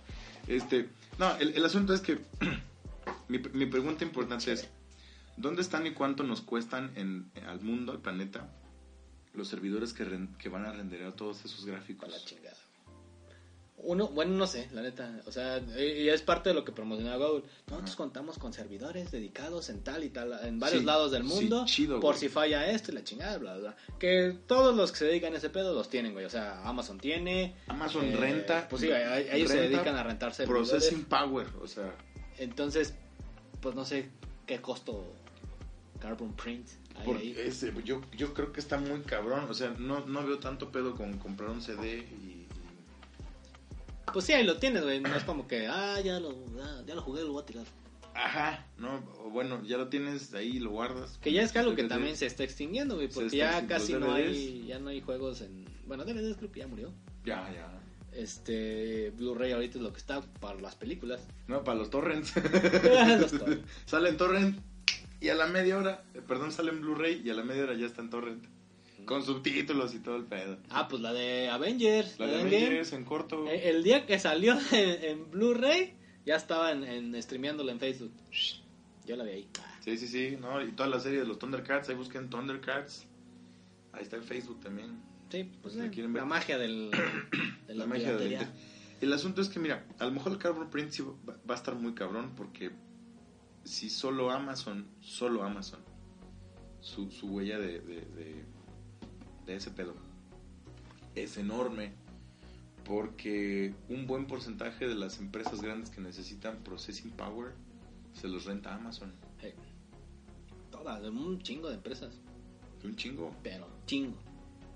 Speaker 3: Este, no, el, el asunto es que mi, mi pregunta importante es, ¿dónde están y cuánto nos cuestan en, al mundo, al planeta, los servidores que, ren- que van a renderear todos esos
Speaker 2: Pa' la
Speaker 3: gráficos?
Speaker 2: chingada. Uno, bueno, no sé, la neta. O sea, y y es parte de lo que promociona Google. Nosotros
Speaker 3: Ajá.
Speaker 2: contamos con servidores dedicados en tal y tal, en varios
Speaker 3: Sí,
Speaker 2: lados del
Speaker 3: sí,
Speaker 2: mundo.
Speaker 3: chido,
Speaker 2: por
Speaker 3: güey.
Speaker 2: si falla esto y la chingada, bla, bla, bla. Que todos los que se dedican a ese pedo los tienen, güey. O sea, Amazon tiene.
Speaker 3: Amazon
Speaker 2: eh,
Speaker 3: renta,
Speaker 2: Pues sí, a- a- ellos se
Speaker 3: renta,
Speaker 2: dedican a rentarse.
Speaker 3: Processing power, o sea,
Speaker 2: Entonces, pues no sé qué costo Carbon Print hay
Speaker 3: por-
Speaker 2: ahí.
Speaker 3: ese, yo, yo creo que está muy cabrón, o sea, no, no veo tanto pedo con comprar un CD y, y
Speaker 2: Pues sí, ahí lo tienes, güey. No es como que, ah, ya lo, ah, ya lo jugué, lo voy a tirar.
Speaker 3: Ajá, no, o bueno, ya lo tienes ahí, lo guardas.
Speaker 2: Que ya es algo que
Speaker 3: DVDs.
Speaker 2: también se está extinguiendo, güey,
Speaker 3: Se
Speaker 2: porque
Speaker 3: está
Speaker 2: ya
Speaker 3: extinguiendo
Speaker 2: casi no
Speaker 3: DVDs.
Speaker 2: hay, ya no hay juegos en... Bueno, DVDs creo que ya murió.
Speaker 3: Ya, ya.
Speaker 2: Este, Blu-ray ahorita es lo que está para las películas.
Speaker 3: No, para los torrents.
Speaker 2: Los torrents.
Speaker 3: salen torrent y a la media hora, eh, perdón, salen Blu-ray y a la media hora ya está en torrent. Con subtítulos y todo el pedo.
Speaker 2: Ah, pues la de Avengers.
Speaker 3: La de
Speaker 2: Endgame.
Speaker 3: Avengers en corto.
Speaker 2: Eh, El día que salió en, en Blu-ray, ya estaba en, en streameándola en Facebook. Yo la vi ahí.
Speaker 3: Sí, sí, sí, no, y toda la serie de los Thundercats, ahí busquen Thundercats. Ahí está en Facebook también.
Speaker 2: Sí, pues
Speaker 3: Si la
Speaker 2: eh,
Speaker 3: quieren ver.
Speaker 2: la magia del, de la,
Speaker 3: la magia del
Speaker 2: piratería.
Speaker 3: internet. El asunto es que, mira, a lo mejor el Carbon Print sí va, va a estar muy cabrón porque si solo Amazon, solo Amazon, su, su huella de, de, de- de ese pedo es enorme porque un buen porcentaje de las empresas grandes que necesitan processing power se los renta a Amazon.
Speaker 2: Eh, todas, un chingo de empresas,
Speaker 3: Un chingo.
Speaker 2: pero chingo.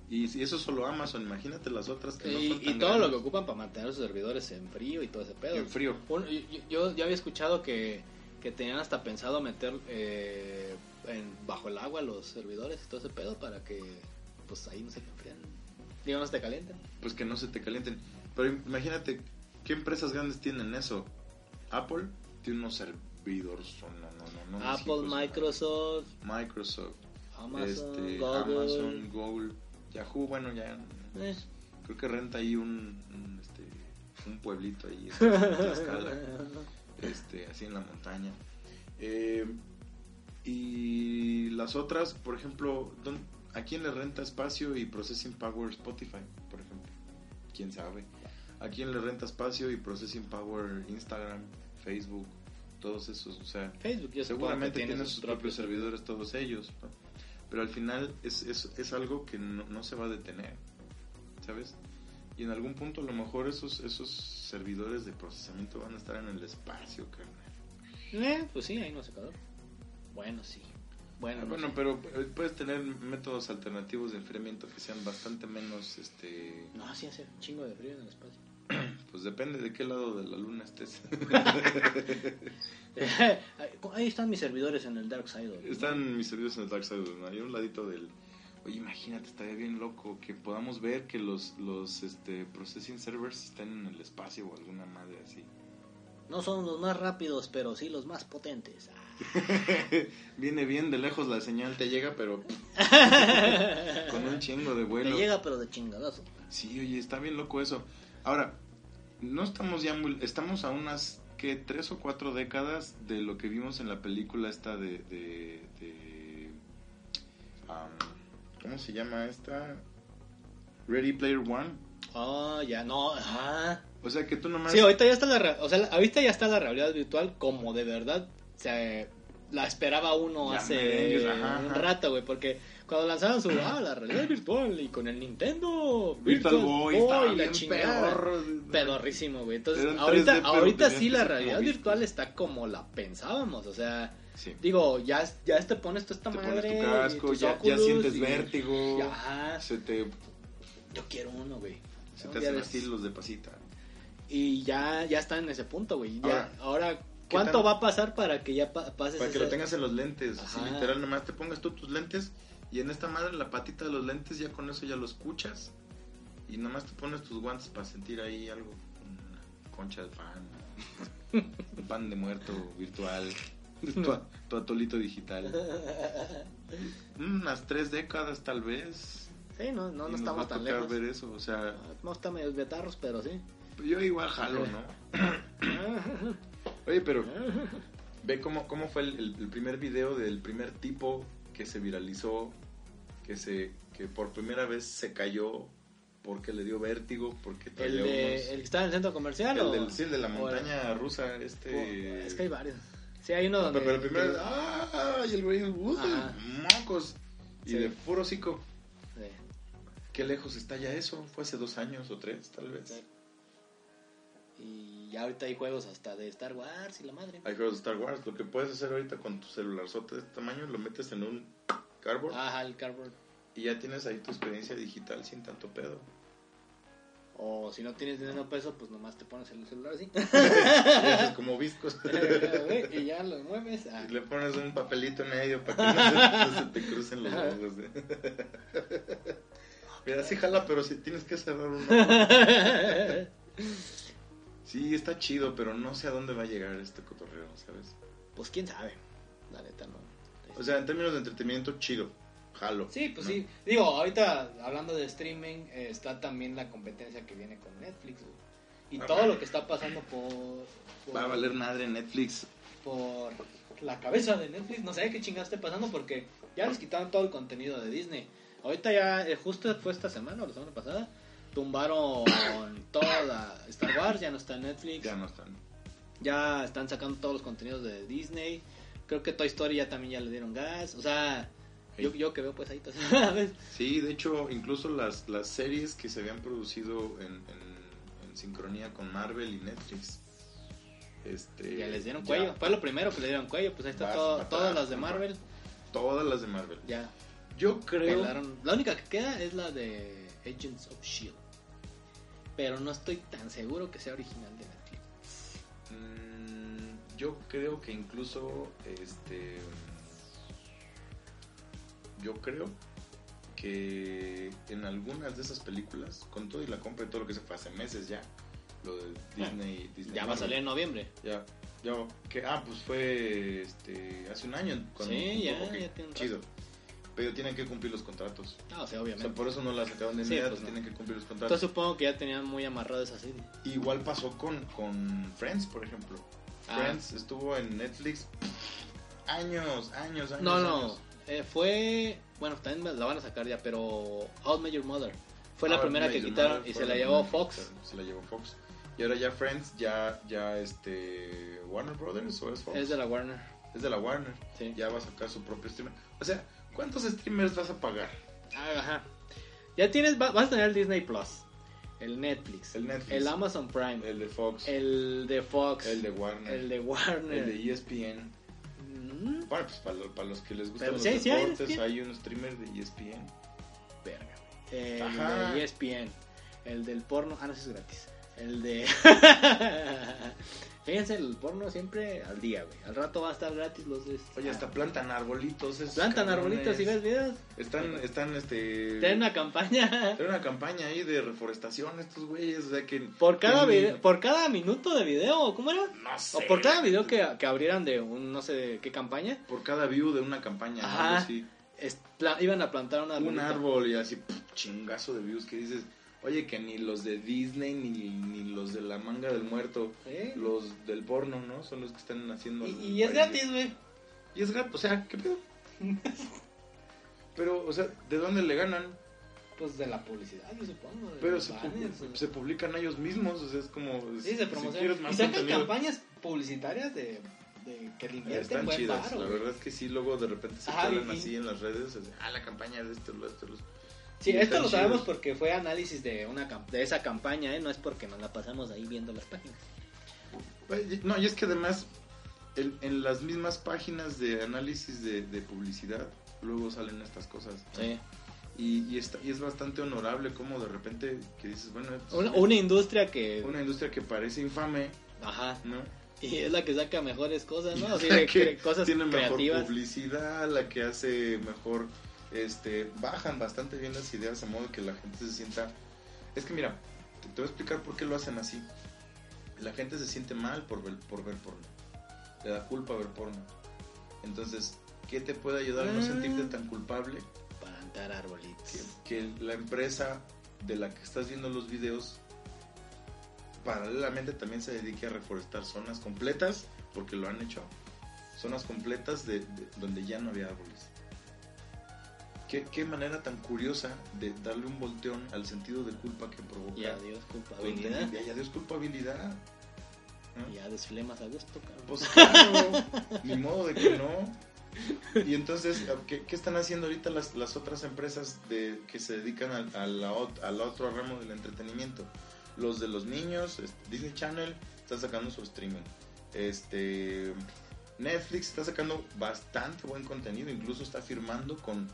Speaker 3: Y si eso es solo Amazon, imagínate las otras que no
Speaker 2: Y,
Speaker 3: son tan
Speaker 2: y todo lo que
Speaker 3: grandes.
Speaker 2: ocupan para mantener sus servidores en frío y todo ese pedo.
Speaker 3: En frío.
Speaker 2: Un- yo, yo- yo había escuchado que, que tenían hasta pensado meter eh, en- bajo el agua los servidores y todo ese pedo para que pues ahí no se enfrían. Digo, no se te calienten.
Speaker 3: pues que no se te calienten. Pero imagínate, ¿qué empresas grandes tienen eso? Apple tiene unos servidores. No, no, no, no,
Speaker 2: Apple,
Speaker 3: no,
Speaker 2: Microsoft,
Speaker 3: Microsoft,
Speaker 2: Amazon,
Speaker 3: este,
Speaker 2: Google.
Speaker 3: Amazon, Google, Yahoo. Bueno, ya
Speaker 2: Eh.
Speaker 3: creo que renta ahí un, un, este, un pueblito ahí en Tlaxcala, este, así en la montaña. Eh, y las otras, por ejemplo, ¿dón- ¿a quién le renta espacio y processing power Spotify, por ejemplo? ¿Quién sabe? ¿A quién le renta espacio y processing power Instagram, Facebook, todos esos? O sea,
Speaker 2: Facebook, yo supongo que
Speaker 3: seguramente
Speaker 2: tiene
Speaker 3: tienen sus propios servidores todos ellos, ¿no? pero al final es, es, es algo que no, no se va a detener, ¿sabes? Y en algún punto a lo mejor esos, esos servidores de procesamiento van a estar en el espacio, carnal.
Speaker 2: Eh, pues sí, hay un secador. Bueno, sí. Bueno,
Speaker 3: Ah,
Speaker 2: no
Speaker 3: Bueno,
Speaker 2: sé.
Speaker 3: pero eh, puedes tener métodos alternativos de enfriamiento que sean bastante menos, este,
Speaker 2: No, sí hace un chingo de frío en el espacio.
Speaker 3: pues depende de qué lado de la luna estés.
Speaker 2: Ahí están mis servidores en el Dark Side.
Speaker 3: Están mis servicios en el Dark Side, ¿no? Hay un ladito del... Oye, imagínate, estaría bien loco que podamos ver que los, los este, processing servers estén en el espacio o alguna madre así.
Speaker 2: No son los más rápidos, pero sí los más potentes. Ah.
Speaker 3: Viene bien de lejos la señal, te llega, pero con un chingo de
Speaker 2: Me
Speaker 3: vuelo.
Speaker 2: llega, pero de chingadazo.
Speaker 3: Sí, oye, está bien loco eso. Ahora, no estamos ya muy... Estamos a unas, ¿qué? Tres o cuatro décadas de lo que vimos en la película esta de... de, de, am, ¿Cómo se llama esta? Ready Player One.
Speaker 2: Ah, ya no. ah. Ajá.
Speaker 3: O sea que tú nomás...
Speaker 2: Sí, ahorita ya está la, re- o sea, la- ahorita ya está la realidad virtual como de verdad se la esperaba uno
Speaker 3: Ya
Speaker 2: hace
Speaker 3: merengues, ajá,
Speaker 2: un
Speaker 3: ajá.
Speaker 2: rato, güey, porque cuando lanzaron su ah, la realidad virtual y con el Nintendo
Speaker 3: Virtual Boy, estaba
Speaker 2: la
Speaker 3: bien
Speaker 2: chingada.
Speaker 3: pedorro.
Speaker 2: Pedorrísimo, güey. Entonces,
Speaker 3: Era en 3D,
Speaker 2: ahorita,
Speaker 3: pero este
Speaker 2: ahorita
Speaker 3: tenías
Speaker 2: sí
Speaker 3: que
Speaker 2: la
Speaker 3: ser como
Speaker 2: realidad
Speaker 3: visco.
Speaker 2: virtual está como la pensábamos. O sea,
Speaker 3: Sí.
Speaker 2: digo, ya, ya te pones tú esta
Speaker 3: Te
Speaker 2: madre.
Speaker 3: pones tu
Speaker 2: y
Speaker 3: casco,
Speaker 2: tus
Speaker 3: ya, ya
Speaker 2: Oculus
Speaker 3: sientes
Speaker 2: y-
Speaker 3: vértigo.
Speaker 2: y ajá,
Speaker 3: Se te,
Speaker 2: yo quiero uno, güey.
Speaker 3: se
Speaker 2: Un
Speaker 3: te
Speaker 2: día
Speaker 3: hacen
Speaker 2: de
Speaker 3: así los de pasita.
Speaker 2: y ya, ya está en ese punto, güey. Ya,
Speaker 3: Ahora,
Speaker 2: ahora,
Speaker 3: ¿qué
Speaker 2: ¿cuánto
Speaker 3: tan-
Speaker 2: va a pasar para que ya pa- pases
Speaker 3: Para que lo
Speaker 2: ese-
Speaker 3: tengas en los lentes, así
Speaker 2: Ajá.
Speaker 3: literal, nomás te pongas tú tus lentes y en esta madre la patita de los lentes ya con eso ya lo escuchas y nomás te pones tus guantes para sentir ahí algo, una concha de pan, un pan de muerto virtual, tu, a- tu atolito digital. Unas tres décadas tal vez.
Speaker 2: Sí, no, no, no
Speaker 3: y nos va
Speaker 2: estamos
Speaker 3: a
Speaker 2: tan
Speaker 3: tocar
Speaker 2: lejos. Ah,
Speaker 3: ver eso, o sea,
Speaker 2: No estamos medio betarros, pero sí.
Speaker 3: yo igual jalo, ¿no? Oye, pero Ve cómo, cómo fue el, el- el primer video del primer tipo que se viralizó, que se que por primera vez se cayó porque le dio vértigo, porque
Speaker 2: ¿El,
Speaker 3: traía unos-
Speaker 2: de, ¿El que está en el centro comercial
Speaker 3: el
Speaker 2: o...?
Speaker 3: del, sí, el de la
Speaker 2: o el-
Speaker 3: montaña rusa,
Speaker 2: o-
Speaker 3: este...
Speaker 2: Es que hay varios. Sí, hay uno donde...
Speaker 3: pero, pero el primero, ¡ah! Y el güey, ¡uh!
Speaker 2: Ajá.
Speaker 3: ¡Mocos! Y
Speaker 2: Sí.
Speaker 3: de puro hocico.
Speaker 2: Sí.
Speaker 3: Qué lejos está ya eso, fue hace dos años o tres, tal vez.
Speaker 2: Sí. Y ya ahorita hay juegos hasta de Star Wars y la madre.
Speaker 3: Hay juegos de Star Wars, lo que puedes hacer ahorita con tu celular de este tamaño, lo metes en un cardboard
Speaker 2: Ajá, el Cardboard.
Speaker 3: y ya tienes ahí tu experiencia digital sin tanto pedo.
Speaker 2: O si no tienes dinero peso, pues nomás te pones el celular así.
Speaker 3: Y haces como viscos.
Speaker 2: y ya lo mueves. Ah.
Speaker 3: Y le pones un papelito en medio para que no se, no se te crucen los ojos. ¿eh? Mira, sí jala, pero si tienes que cerrar uno. Sí, está chido, pero no sé a dónde va a llegar este cotorreo, ¿sabes?
Speaker 2: pues quién sabe. La neta no.
Speaker 3: O sea, en términos de entretenimiento, chido. Jalo.
Speaker 2: Sí, pues
Speaker 3: ¿no?
Speaker 2: sí. Digo, ahorita hablando de streaming, eh, está también la competencia que viene con Netflix. güey. Y
Speaker 3: Ah,
Speaker 2: todo
Speaker 3: bueno.
Speaker 2: lo que está pasando por, por,
Speaker 3: Va a valer madre Netflix.
Speaker 2: por la cabeza de Netflix. No sé qué chingada esté pasando porque ya les quitaron todo el contenido de Disney. Ahorita ya, eh, justo fue esta semana o la semana pasada, tumbaron toda la- Star Wars, ya no está en Netflix.
Speaker 3: Ya no están.
Speaker 2: Ya están sacando todos los contenidos de Disney. Creo que Toy Story ya también ya le dieron gas. O sea, yo, yo que veo pues ahí, ¿sabes?
Speaker 3: Sí, de hecho, incluso las, las series que se habían producido en, en- en sincronía con Marvel y Netflix. Este,
Speaker 2: Ya les dieron
Speaker 3: ya
Speaker 2: cuello. Fue lo primero que le dieron cuello. Pues ahí está
Speaker 3: Vas
Speaker 2: todo-
Speaker 3: para
Speaker 2: todas
Speaker 3: atrás,
Speaker 2: las de
Speaker 3: compa.
Speaker 2: Marvel.
Speaker 3: Todas las de Marvel.
Speaker 2: Ya
Speaker 3: Yo creo.
Speaker 2: pelaron. La única que queda es la de Agents of Shield. E Pero no estoy tan seguro que sea original de Netflix.
Speaker 3: Mm, yo creo que incluso. Este. Yo creo que en algunas de esas películas, con todo y la compra y todo lo que se fue hace meses ya, lo de Disney. Disney
Speaker 2: Ah, Ya va a
Speaker 3: Marvel,
Speaker 2: salir en noviembre.
Speaker 3: Ya, ya, que, ah, pues fue este, hace un año. cuando
Speaker 2: Sí, ya,
Speaker 3: ocupó, ok,
Speaker 2: ya tiene un
Speaker 3: Chido. Pero tienen que cumplir los contratos.
Speaker 2: Ah, o sea,
Speaker 3: O sea,
Speaker 2: obviamente.
Speaker 3: por eso no la sacaron de
Speaker 2: Sí,
Speaker 3: inmediato,
Speaker 2: pues no.
Speaker 3: tienen que cumplir los contratos.
Speaker 2: Entonces supongo que ya tenían muy amarrado esa serie.
Speaker 3: Igual pasó con, con Friends, por ejemplo.
Speaker 2: Ah.
Speaker 3: Friends estuvo en Netflix años, años, años.
Speaker 2: No, no.
Speaker 3: años.
Speaker 2: eh, fue. Bueno, también la van a sacar ya, pero. How I Met Your Mother. Fue la
Speaker 3: Ahora,
Speaker 2: primera que
Speaker 3: Major
Speaker 2: quitaron
Speaker 3: Mother
Speaker 2: y
Speaker 3: fue
Speaker 2: se la
Speaker 3: primera
Speaker 2: llevó
Speaker 3: que
Speaker 2: Fox.
Speaker 3: quitaron, Se la llevó Fox. Y ahora ya Friends, ya, ya este. Warner Brothers o es Fox?
Speaker 2: Es de la Warner.
Speaker 3: Es de la Warner.
Speaker 2: Sí.
Speaker 3: Ya va a sacar su propio streamer. O sea, ¿cuántos streamers vas a pagar?
Speaker 2: Ah, Ajá. Ya tienes, va- vas a tener el Disney Plus. el Netflix,
Speaker 3: El Netflix.
Speaker 2: el Amazon Prime,
Speaker 3: El de Fox. El,
Speaker 2: el de Fox,
Speaker 3: de Warner.
Speaker 2: el de Warner.
Speaker 3: el de E ESPN.
Speaker 2: Mm,
Speaker 3: Bueno, pues para, lo- para los que les gustan
Speaker 2: Pero
Speaker 3: los
Speaker 2: sí hay- sí hay E
Speaker 3: deportes,
Speaker 2: ESPN.
Speaker 3: hay un streamer de E ESPN.
Speaker 2: verga, güey. El
Speaker 3: Ajá.
Speaker 2: de E ESPN, el del porno, ah, no, eso es gratis. El de. Fíjense, el porno siempre al día, güey. Al rato va a estar gratis los. de- este.
Speaker 3: Oye, hasta plantan arbolitos. esos
Speaker 2: Ah. Plantan
Speaker 3: cabrones.
Speaker 2: arbolitos y ves videos.
Speaker 3: Están, están, este...
Speaker 2: Tienen una campaña.
Speaker 3: traen una campaña ahí de reforestación estos güeyes, o sea que...
Speaker 2: Por cada,
Speaker 3: que-
Speaker 2: vide- por cada minuto de video, ¿cómo era?
Speaker 3: No sé.
Speaker 2: O por cada video que, que abrieran de un no sé de qué campaña,
Speaker 3: Por cada view de una campaña,
Speaker 2: Ajá.
Speaker 3: algo así.
Speaker 2: es- pla- iban a plantar una
Speaker 3: un árbol y así puf, chingazo de views que dices, oye que ni los de Disney ni, ni los de la manga del muerto, los del porno, ¿no? Son los que están haciendo.
Speaker 2: Y,
Speaker 3: algo
Speaker 2: y es
Speaker 3: parecido.
Speaker 2: gratis, güey.
Speaker 3: Y es gratis, o sea, ¿qué pedo? Pero, o sea, ¿de dónde le ganan?
Speaker 2: Pues de la publicidad, yo supongo. de
Speaker 3: Pero
Speaker 2: los
Speaker 3: se,
Speaker 2: banners,
Speaker 3: pu-
Speaker 2: o-
Speaker 3: se publican ellos mismos, o sea, es como...
Speaker 2: pues. sí, se promocionan.
Speaker 3: quieres más
Speaker 2: y sacan
Speaker 3: contenido,
Speaker 2: campañas publicitarias de, de que le invierten
Speaker 3: Están
Speaker 2: este buen
Speaker 3: chidas,
Speaker 2: varo,
Speaker 3: la
Speaker 2: güey.
Speaker 3: verdad es que sí, luego de repente se
Speaker 2: Ajá,
Speaker 3: hablan
Speaker 2: y-
Speaker 3: así en las redes, o sea, ah, la campaña de esto, lo esto, lo esto.
Speaker 2: Sí,
Speaker 3: y
Speaker 2: esto
Speaker 3: están
Speaker 2: lo sabemos
Speaker 3: chidas.
Speaker 2: porque fue análisis de una cam- de esa campaña, ¿eh? No es porque nos la pasamos ahí viendo las páginas.
Speaker 3: Pues, y- No, y es que además en, en las mismas páginas de análisis de, de publicidad luego salen estas cosas. ¿no?
Speaker 2: Sí.
Speaker 3: Y, y está- y es bastante honorable como de repente que dices, bueno, pues,
Speaker 2: Una, una industria que.
Speaker 3: una industria que parece infame,
Speaker 2: Ajá.
Speaker 3: ¿no?
Speaker 2: Y es la que saca mejores cosas, ¿no? Así
Speaker 3: La
Speaker 2: de
Speaker 3: que
Speaker 2: cre- cosas
Speaker 3: tiene mejor
Speaker 2: creativas.
Speaker 3: publicidad, la que hace mejor, este, bajan bastante bien las ideas a modo que la gente se sienta... Es que mira, te, te voy a explicar por qué lo hacen así. La gente se siente mal por ver, por ver porno. Le da culpa ver porno. Entonces, ¿qué te puede ayudar a no
Speaker 2: Ah.
Speaker 3: sentirte tan culpable?
Speaker 2: Para plantar arbolitos.
Speaker 3: Que, que la empresa de la que estás viendo los videos paralelamente también se dedique a reforestar zonas completas, porque lo han hecho, zonas completas de, de- donde ya no había árboles. ¿Qué, qué manera tan curiosa de darle un volteón al sentido de culpa que provoca.
Speaker 2: Y adiós culpabilidad.
Speaker 3: contenido. Y adiós culpabilidad. ¿no?
Speaker 2: Y adiós flemas a gusto, cabrón.
Speaker 3: Pues claro, ni modo de que no. Y entonces, ¿qué, qué están haciendo ahorita las, las otras empresas de, que se dedican al, a la ot- al otro ramo del entretenimiento? Los de los niños, este, Disney Channel está sacando su streaming. Este Netflix está sacando bastante buen contenido, incluso está firmando con...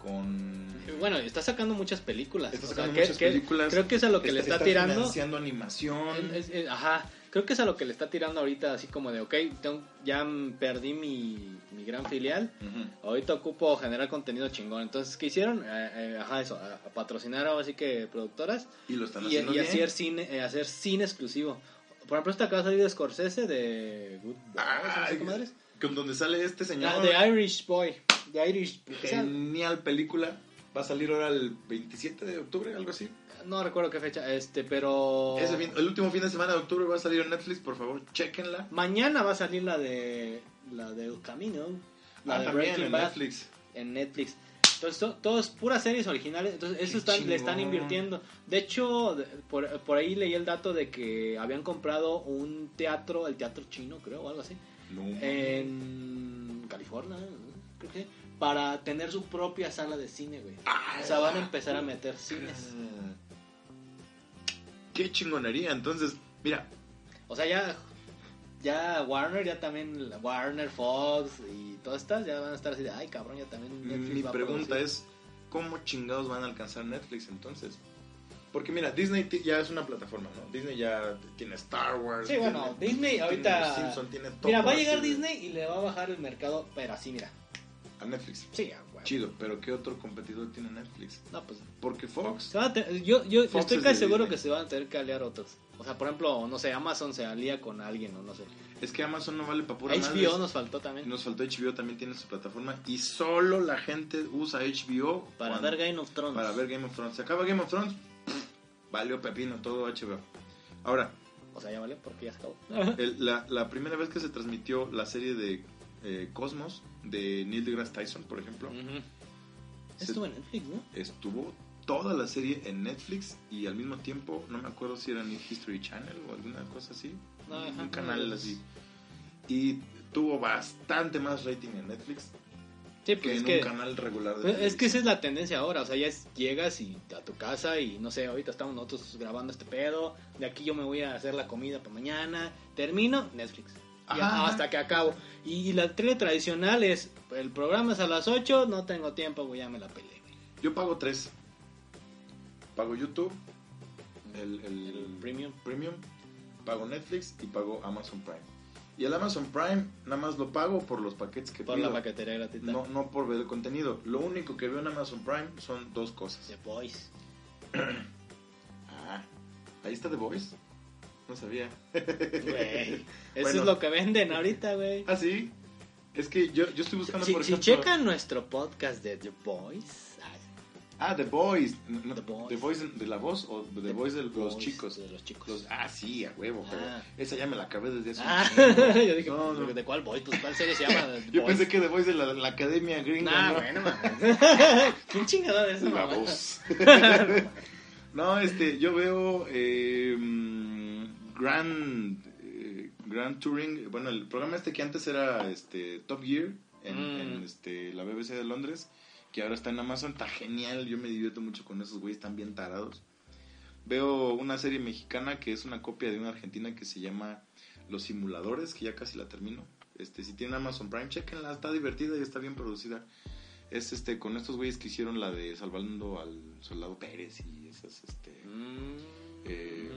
Speaker 3: con
Speaker 2: Bueno, está sacando muchas películas.
Speaker 3: está
Speaker 2: O
Speaker 3: sacando
Speaker 2: sea, que-
Speaker 3: muchas
Speaker 2: que-
Speaker 3: películas.
Speaker 2: Creo que es a lo que le está, tirando.
Speaker 3: este, financiando animación.
Speaker 2: Es- es- ajá, creo que es a lo que le está tirando ahorita, así como de, ok, tengo- ya mm, perdí mi, mi gran filial.
Speaker 3: Ujú.
Speaker 2: Ahorita ocupo generar contenido chingón. Entonces, ¿qué hicieron? Eh, eh, ajá, eso, a, a patrocinar ahora sí que productoras.
Speaker 3: Y lo están
Speaker 2: y,
Speaker 3: haciendo
Speaker 2: y
Speaker 3: bien.
Speaker 2: hacer cine eh, hacer cine exclusivo por ejemplo esta acaba de salir de Scorsese de Good Boys, no sé
Speaker 3: Ay,
Speaker 2: qué madres.
Speaker 3: Con donde sale este señor.
Speaker 2: Ah, de Irish Boy de Irish o sea,
Speaker 3: Genial película. Va a salir ahora el 27 de octubre, algo así.
Speaker 2: no recuerdo qué fecha este pero
Speaker 3: Ese fin- el último fin de semana de octubre va a salir en Netflix, por favor, chequenla.
Speaker 2: mañana va a salir la de la de El Camino la
Speaker 3: Ah,
Speaker 2: de
Speaker 3: también
Speaker 2: Breaking
Speaker 3: en
Speaker 2: Bad
Speaker 3: Netflix.
Speaker 2: en Netflix entonces to- todos puras series originales entonces eso
Speaker 3: Qué
Speaker 2: están, le están
Speaker 3: chingón.
Speaker 2: invirtiendo de hecho de- por, por ahí leí el dato de que habían comprado un teatro el teatro chino creo o algo así
Speaker 3: No.
Speaker 2: en California, ¿no? creo que, para tener su propia sala de cine, güey. O sea, van a empezar a meter cines.
Speaker 3: Qué chingonería. Entonces, mira,
Speaker 2: O sea, ya ya Warner, ya también Warner, Fox y todas estas ya van a estar así de, ay, cabrón, ya también Netflix
Speaker 3: mi
Speaker 2: va a
Speaker 3: pregunta
Speaker 2: producir".
Speaker 3: es: ¿cómo chingados van a alcanzar Netflix entonces? Porque mira, Disney ti- ya es una plataforma, ¿no? Disney ya tiene Star Wars.
Speaker 2: Sí, bueno,
Speaker 3: tiene-
Speaker 2: Disney
Speaker 3: tiene
Speaker 2: ahorita-
Speaker 3: Los Simpson, tiene todo
Speaker 2: Mira, va a
Speaker 3: así
Speaker 2: llegar
Speaker 3: de-
Speaker 2: Disney y le va a bajar el mercado, pero así, mira.
Speaker 3: A Netflix.
Speaker 2: Sí, a huevo.
Speaker 3: Chido, pero ¿qué otro competidor tiene Netflix?
Speaker 2: No, pues
Speaker 3: Porque Fox
Speaker 2: Se van a te- yo yo, yo
Speaker 3: Fox
Speaker 2: estoy
Speaker 3: es
Speaker 2: casi
Speaker 3: de
Speaker 2: seguro
Speaker 3: Disney.
Speaker 2: que se van a tener que aliar otros. O sea, por ejemplo, no sé, Amazon se alía con alguien o no sé.
Speaker 3: es que Amazon no vale para pura
Speaker 2: HBO
Speaker 3: madre.
Speaker 2: nos faltó también.
Speaker 3: Nos faltó HBO también tiene su plataforma y solo la gente usa HBO
Speaker 2: para
Speaker 3: cuando-
Speaker 2: ver Game of Thrones.
Speaker 3: para ver Game of Thrones. Se acaba Game of Thrones, pff, valió pepino todo HBO. Ahora,
Speaker 2: O sea, ya vale, porque ya se acabó.
Speaker 3: el- la, la primera vez que se transmitió la serie de eh, Cosmos de Neil deGrasse Tyson, por ejemplo, se-
Speaker 2: Estuvo en Netflix, ¿no?
Speaker 3: estuvo toda la serie en Netflix y al mismo tiempo, no me acuerdo si era en History Channel o alguna cosa así,
Speaker 2: No, ajá,
Speaker 3: un
Speaker 2: no,
Speaker 3: canal
Speaker 2: es-
Speaker 3: así. Y tuvo bastante más rating en Netflix
Speaker 2: Sí, Sí, pues
Speaker 3: que
Speaker 2: es
Speaker 3: en
Speaker 2: que-
Speaker 3: un canal regular de
Speaker 2: Es que esa
Speaker 3: televisión.
Speaker 2: es la tendencia ahora, o sea, ya es- llegas y a tu casa y no sé, ahorita estamos nosotros grabando este pedo, de aquí yo me voy a hacer la comida para mañana, termino, Netflix. Y
Speaker 3: Ajá.
Speaker 2: hasta que acabo. Y, y la tele tradicional es, el programa es a las 8, no tengo tiempo, güey, ya me la peleé.
Speaker 3: Yo pago tres. Pago YouTube, el, el-
Speaker 2: El premium.
Speaker 3: premium, pago Netflix y pago Amazon Prime. Y el Amazon Prime nada más lo pago por los paquetes que
Speaker 2: Por
Speaker 3: pido.
Speaker 2: la paquetería gratuita.
Speaker 3: No, no por ver el contenido. Lo único que veo en Amazon Prime son dos cosas.
Speaker 2: The Boys.
Speaker 3: Ah, ahí está The Voice. No sabía.
Speaker 2: Güey. Eso
Speaker 3: Bueno.
Speaker 2: es lo que venden ahorita, güey.
Speaker 3: Ah, sí. Es que yo, yo estoy buscando
Speaker 2: Si,
Speaker 3: por
Speaker 2: si
Speaker 3: ejemplo.
Speaker 2: checan nuestro podcast de The Boys, ah,
Speaker 3: Ah, The Voice. No, no,
Speaker 2: The
Speaker 3: The
Speaker 2: Voice.
Speaker 3: Voice. de la voz o The, Voice de los
Speaker 2: Boys
Speaker 3: chicos.
Speaker 2: De los chicos.
Speaker 3: Los- ah, sí, a huevo. pero
Speaker 2: Ah.
Speaker 3: esa ya me la acabé desde hace un
Speaker 2: Ah,
Speaker 3: chingo.
Speaker 2: yo dije,
Speaker 3: No, no.
Speaker 2: ¿de cuál Boys? Pues, ¿cuál serie se llama?
Speaker 3: Yo
Speaker 2: Boys?
Speaker 3: pensé que The Voice de la, la academia gringa.
Speaker 2: Nah,
Speaker 3: ¿no?
Speaker 2: bueno, mames. ¿Quién chingada es esa
Speaker 3: La
Speaker 2: mamá?
Speaker 3: voz. no, este, yo veo eh, mm, Grand, eh, Grand Touring. Bueno, el programa este que antes era este, Top Gear en,
Speaker 2: Mm.
Speaker 3: en, este, la BBC de Londres, que ahora está en Amazon. Está genial, yo me divierto mucho con esos güeyes, están bien tarados. Veo una serie mexicana que es una copia de una argentina que se llama Los Simuladores, que ya casi la termino. Este, si tienen Amazon Prime, chequenla, está divertida y está bien producida. Es este con estos güeyes que hicieron la de salvando al soldado Pérez y esas este
Speaker 2: Mm.
Speaker 3: eh,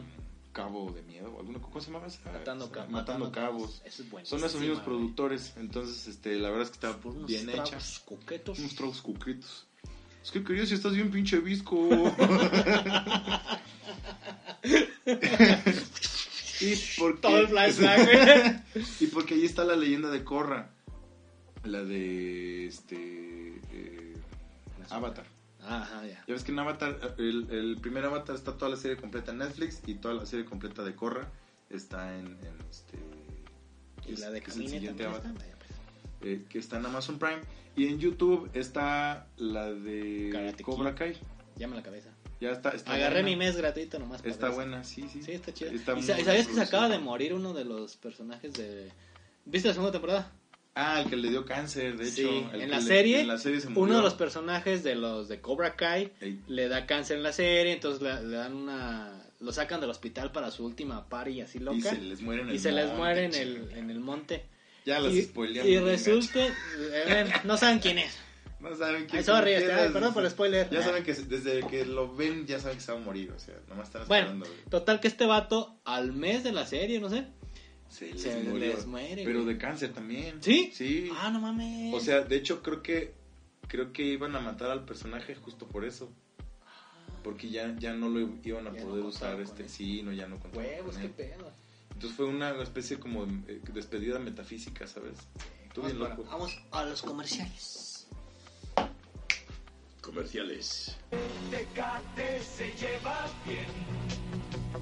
Speaker 3: cabo de miedo, alguna ¿cómo se llamaba esa?
Speaker 2: Matando, eh. ca-
Speaker 3: Matando cabos.
Speaker 2: Eso es bueno.
Speaker 3: Son esos mismos productores, entonces este la verdad es que está bien Mm. hecha.
Speaker 2: coquetos.
Speaker 3: Unos tragos cucritos. Es que querido, si estás bien pinche visco. y porque
Speaker 2: Todo el flashback,
Speaker 3: y porque ahí está la leyenda de Corra, la de este eh,
Speaker 2: güey.
Speaker 3: Avatar.
Speaker 2: Ajá, ya.
Speaker 3: Ya ves que en Avatar, el, el primer Avatar está toda la serie completa en Netflix y toda la serie completa de Korra está en, en este.
Speaker 2: Y
Speaker 3: es-
Speaker 2: la de
Speaker 3: que es el
Speaker 2: Camine
Speaker 3: siguiente
Speaker 2: también
Speaker 3: Avatar,
Speaker 2: está, vaya, pues.
Speaker 3: eh, que está en Amazon Prime. Y en YouTube está la de
Speaker 2: Karate Kid.
Speaker 3: Cobra Kai.
Speaker 2: Llama la cabeza.
Speaker 3: Ya está. está
Speaker 2: Agarré
Speaker 3: buena.
Speaker 2: mi mes gratuito nomás. para
Speaker 3: Está
Speaker 2: ver
Speaker 3: buena, sí, sí.
Speaker 2: Sí, está chida.
Speaker 3: Está
Speaker 2: ¿Y
Speaker 3: muy
Speaker 2: sa-
Speaker 3: bien
Speaker 2: sabías que se
Speaker 3: producida.
Speaker 2: acaba de morir uno de los personajes de. ¿Viste la segunda temporada?
Speaker 3: Ah, el que le dio cáncer, de
Speaker 2: Sí,
Speaker 3: hecho.
Speaker 2: en
Speaker 3: el que
Speaker 2: la
Speaker 3: le-
Speaker 2: serie,
Speaker 3: en la serie se murió.
Speaker 2: Uno de los personajes de los de Cobra Kai
Speaker 3: Ey,
Speaker 2: le da cáncer en la serie, entonces le, le dan una. Lo sacan del hospital para su última party así loca.
Speaker 3: Y se les muere en el
Speaker 2: y se les
Speaker 3: monte,
Speaker 2: muere en el,
Speaker 3: chinga.
Speaker 2: en el monte.
Speaker 3: Ya las
Speaker 2: y
Speaker 3: spoileamos.
Speaker 2: y
Speaker 3: bien gacho.
Speaker 2: resulta, eh, ven, no saben quién es.
Speaker 3: No saben quién
Speaker 2: Ay, sorry,
Speaker 3: quién
Speaker 2: este, ay,
Speaker 3: es,
Speaker 2: perdón por el spoiler.
Speaker 3: Ya saben que se- desde que lo ven, ya saben que se va a morir. O sea, nomás están
Speaker 2: Bueno.
Speaker 3: esperando. güey.
Speaker 2: Total que este vato, al mes de la serie, no sé.
Speaker 3: se les,
Speaker 2: se
Speaker 3: murió.
Speaker 2: les muere,
Speaker 3: Pero
Speaker 2: güey.
Speaker 3: de cáncer también.
Speaker 2: ¿Sí?
Speaker 3: Sí.
Speaker 2: Ah, no mames.
Speaker 3: o sea, de hecho, creo que creo que iban a matar al personaje justo por eso. Porque ya, ya no lo iban a
Speaker 2: Ya no
Speaker 3: poder usar.
Speaker 2: contaban con
Speaker 3: este
Speaker 2: él.
Speaker 3: Sí, no, ya no contaban
Speaker 2: huevos,
Speaker 3: con
Speaker 2: qué
Speaker 3: él.
Speaker 2: pedo.
Speaker 3: Entonces fue una especie como de, eh, despedida metafísica, ¿sabes? Tú
Speaker 2: Vamos
Speaker 3: bien
Speaker 2: para-
Speaker 3: loco.
Speaker 2: vamos a los comerciales.
Speaker 3: Comerciales.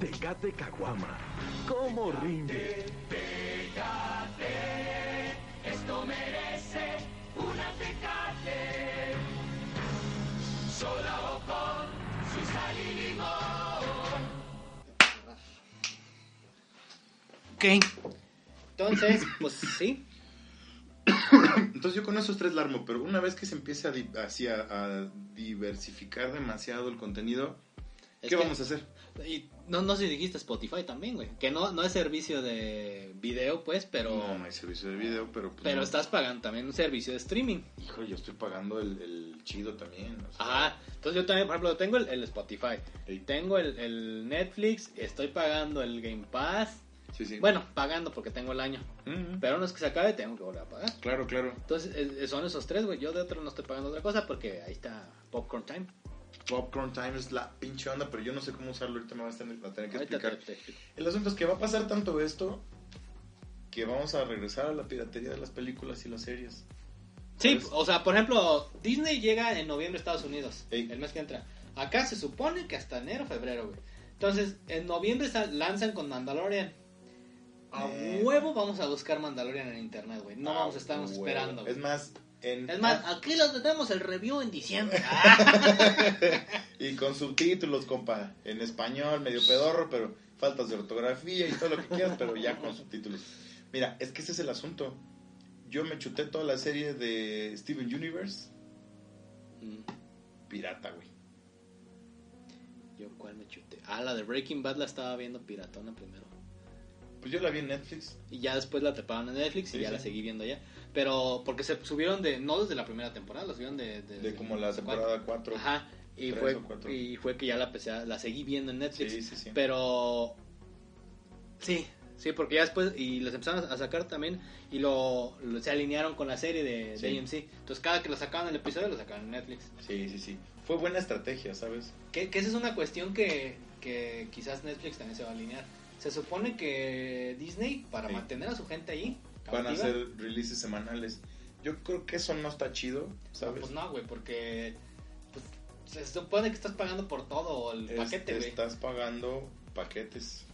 Speaker 5: Tecate Caguama. ¿Cómo rinde?
Speaker 4: Esto merece una tecate. Sola o con su sal y limón.
Speaker 2: Ok. Entonces, pues sí.
Speaker 3: Entonces yo con esos tres larmo, pero una vez que se empiece a, di- así a- a diversificar demasiado el contenido,
Speaker 2: Es
Speaker 3: ¿qué
Speaker 2: que-
Speaker 3: vamos a hacer?
Speaker 2: Y no, no sé si dijiste Spotify también, güey. Que no, no es servicio de video, pues, pero.
Speaker 3: No, no hay servicio de video, pero... pues,
Speaker 2: pero
Speaker 3: no.
Speaker 2: estás pagando también un servicio de streaming.
Speaker 3: Hijo, yo estoy pagando el, el chido también. o sea,
Speaker 2: Ajá. Entonces yo también, por ejemplo, tengo el, el Spotify.
Speaker 3: Ey.
Speaker 2: Tengo el, el Netflix. Estoy pagando el Game Pass.
Speaker 3: Sí, sí.
Speaker 2: Bueno, pagando porque tengo el año.
Speaker 3: Ujú.
Speaker 2: Pero no es que se acabe, tengo que volver a pagar.
Speaker 3: Claro, claro.
Speaker 2: Entonces eh, son esos tres, güey. Yo de otro no estoy pagando otra cosa porque ahí está Popcorn Time.
Speaker 3: Popcorn Time es la pinche onda, pero yo no sé cómo usarlo. Ahorita me vas a tener, a tener que
Speaker 2: Ahorita
Speaker 3: explicar.
Speaker 2: te- te explico.
Speaker 3: El asunto es que va a pasar tanto esto que vamos a regresar a la piratería de las películas y las series. Pues,
Speaker 2: Sí, oh,
Speaker 3: ¿Sabes?
Speaker 2: o sea, por ejemplo, Disney llega en noviembre a Estados Unidos,
Speaker 3: Ey.
Speaker 2: el mes que entra. Acá se supone que hasta enero, febrero, güey. Entonces, en noviembre sa- lanzan con Mandalorian. A
Speaker 3: Eh.
Speaker 2: huevo vamos a buscar Mandalorian en internet, güey. No
Speaker 3: Ah,
Speaker 2: vamos a estarnos
Speaker 3: huevo.
Speaker 2: esperando. güey.
Speaker 3: Es más, en...
Speaker 2: Es más, ah. aquí los tenemos el review en diciembre. Ah.
Speaker 3: Y con subtítulos, compa. En español, medio pedorro, pero faltas de ortografía y todo lo que quieras, pero ya con subtítulos. Mira, es que ese es el asunto. Yo me chuté toda la serie de Steven Universe
Speaker 2: Mm,
Speaker 3: pirata, güey.
Speaker 2: Yo cuál me chuté. Ah, la de Breaking Bad la estaba viendo piratona primero.
Speaker 3: Pues yo la vi en Netflix.
Speaker 2: Y ya después la taparon en Netflix y
Speaker 3: Sí,
Speaker 2: ya
Speaker 3: sí.
Speaker 2: la seguí viendo ya. Pero porque se subieron de, no desde la primera temporada, la subieron de... De,
Speaker 3: De como la
Speaker 2: cuatro.
Speaker 3: temporada 4.
Speaker 2: Ajá. Y
Speaker 3: tres
Speaker 2: fue,
Speaker 3: o cuatro.
Speaker 2: y fue que ya la, empecé a- la seguí viendo en
Speaker 3: Sí,
Speaker 2: Netflix.
Speaker 3: sí, sí.
Speaker 2: Pero sí, sí, porque ya después y los empezaron a sacar también y lo, lo- se alinearon con la serie de,
Speaker 3: Sí.
Speaker 2: de AMC. Entonces cada que lo sacaban el episodio lo sacaban en Netflix.
Speaker 3: Sí, sí, sí. Fue buena estrategia, ¿sabes?
Speaker 2: Que, que esa es una cuestión que, que quizás Netflix también se va a alinear. Se supone que Disney para
Speaker 3: Sí.
Speaker 2: mantener a su gente ahí
Speaker 3: Van a
Speaker 2: cautiva,
Speaker 3: hacer releases semanales. Yo creo que eso no está chido,
Speaker 2: no,
Speaker 3: ¿sabes?
Speaker 2: pues no, güey, porque pues, se supone que estás pagando por todo el
Speaker 3: Es-
Speaker 2: paquete, güey.
Speaker 3: Estás pagando paquetes.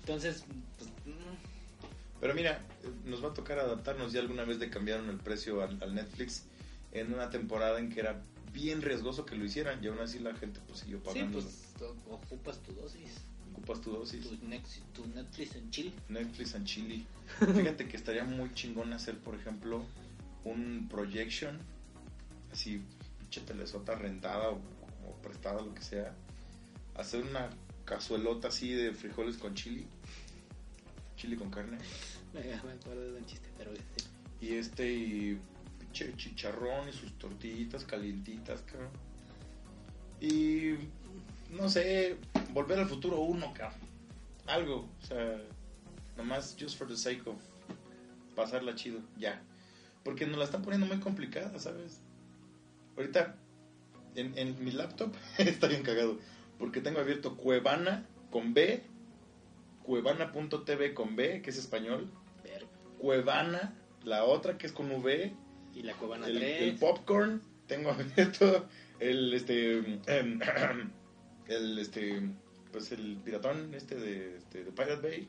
Speaker 2: Entonces, pues, mm,
Speaker 3: Pero mira, eh, nos va a tocar adaptarnos. Ya alguna vez le cambiaron el precio al, al Netflix en una temporada en que era bien riesgoso que lo hicieran y aún así la gente pues siguió
Speaker 2: sí,
Speaker 3: pagando.
Speaker 2: pues o- ocupas tu dosis.
Speaker 3: Ocupas tu dosis.
Speaker 2: tu Netflix, tu Netflix en Chile.
Speaker 3: Netflix and Chile. Fíjate que estaría muy chingón hacer, por ejemplo, un projection, así, pinche telesota rentada o, o prestada, lo que sea. Hacer una cazuelota así de frijoles con chili, chili con carne.
Speaker 2: Me me acuerdo de un chiste, pero este,
Speaker 3: Y este, y pinche chicharrón y sus tortillitas calientitas, cabrón. Y, no sé, volver al futuro uno, cabrón. Algo, o sea, nomás just for the sake of pasarla chido, ya. Porque nos la están poniendo muy complicada, ¿sabes? Ahorita, en, en mi laptop está bien cagado, porque tengo abierto Cuevana con B, cuevana.tv con B, que es español,
Speaker 2: verga.
Speaker 3: Cuevana, la otra que es con V,
Speaker 2: Y la Cuevana
Speaker 3: el,
Speaker 2: 3.
Speaker 3: el popcorn, tengo abierto el este em, el este pues el piratón este de, este, de Pirate Bay,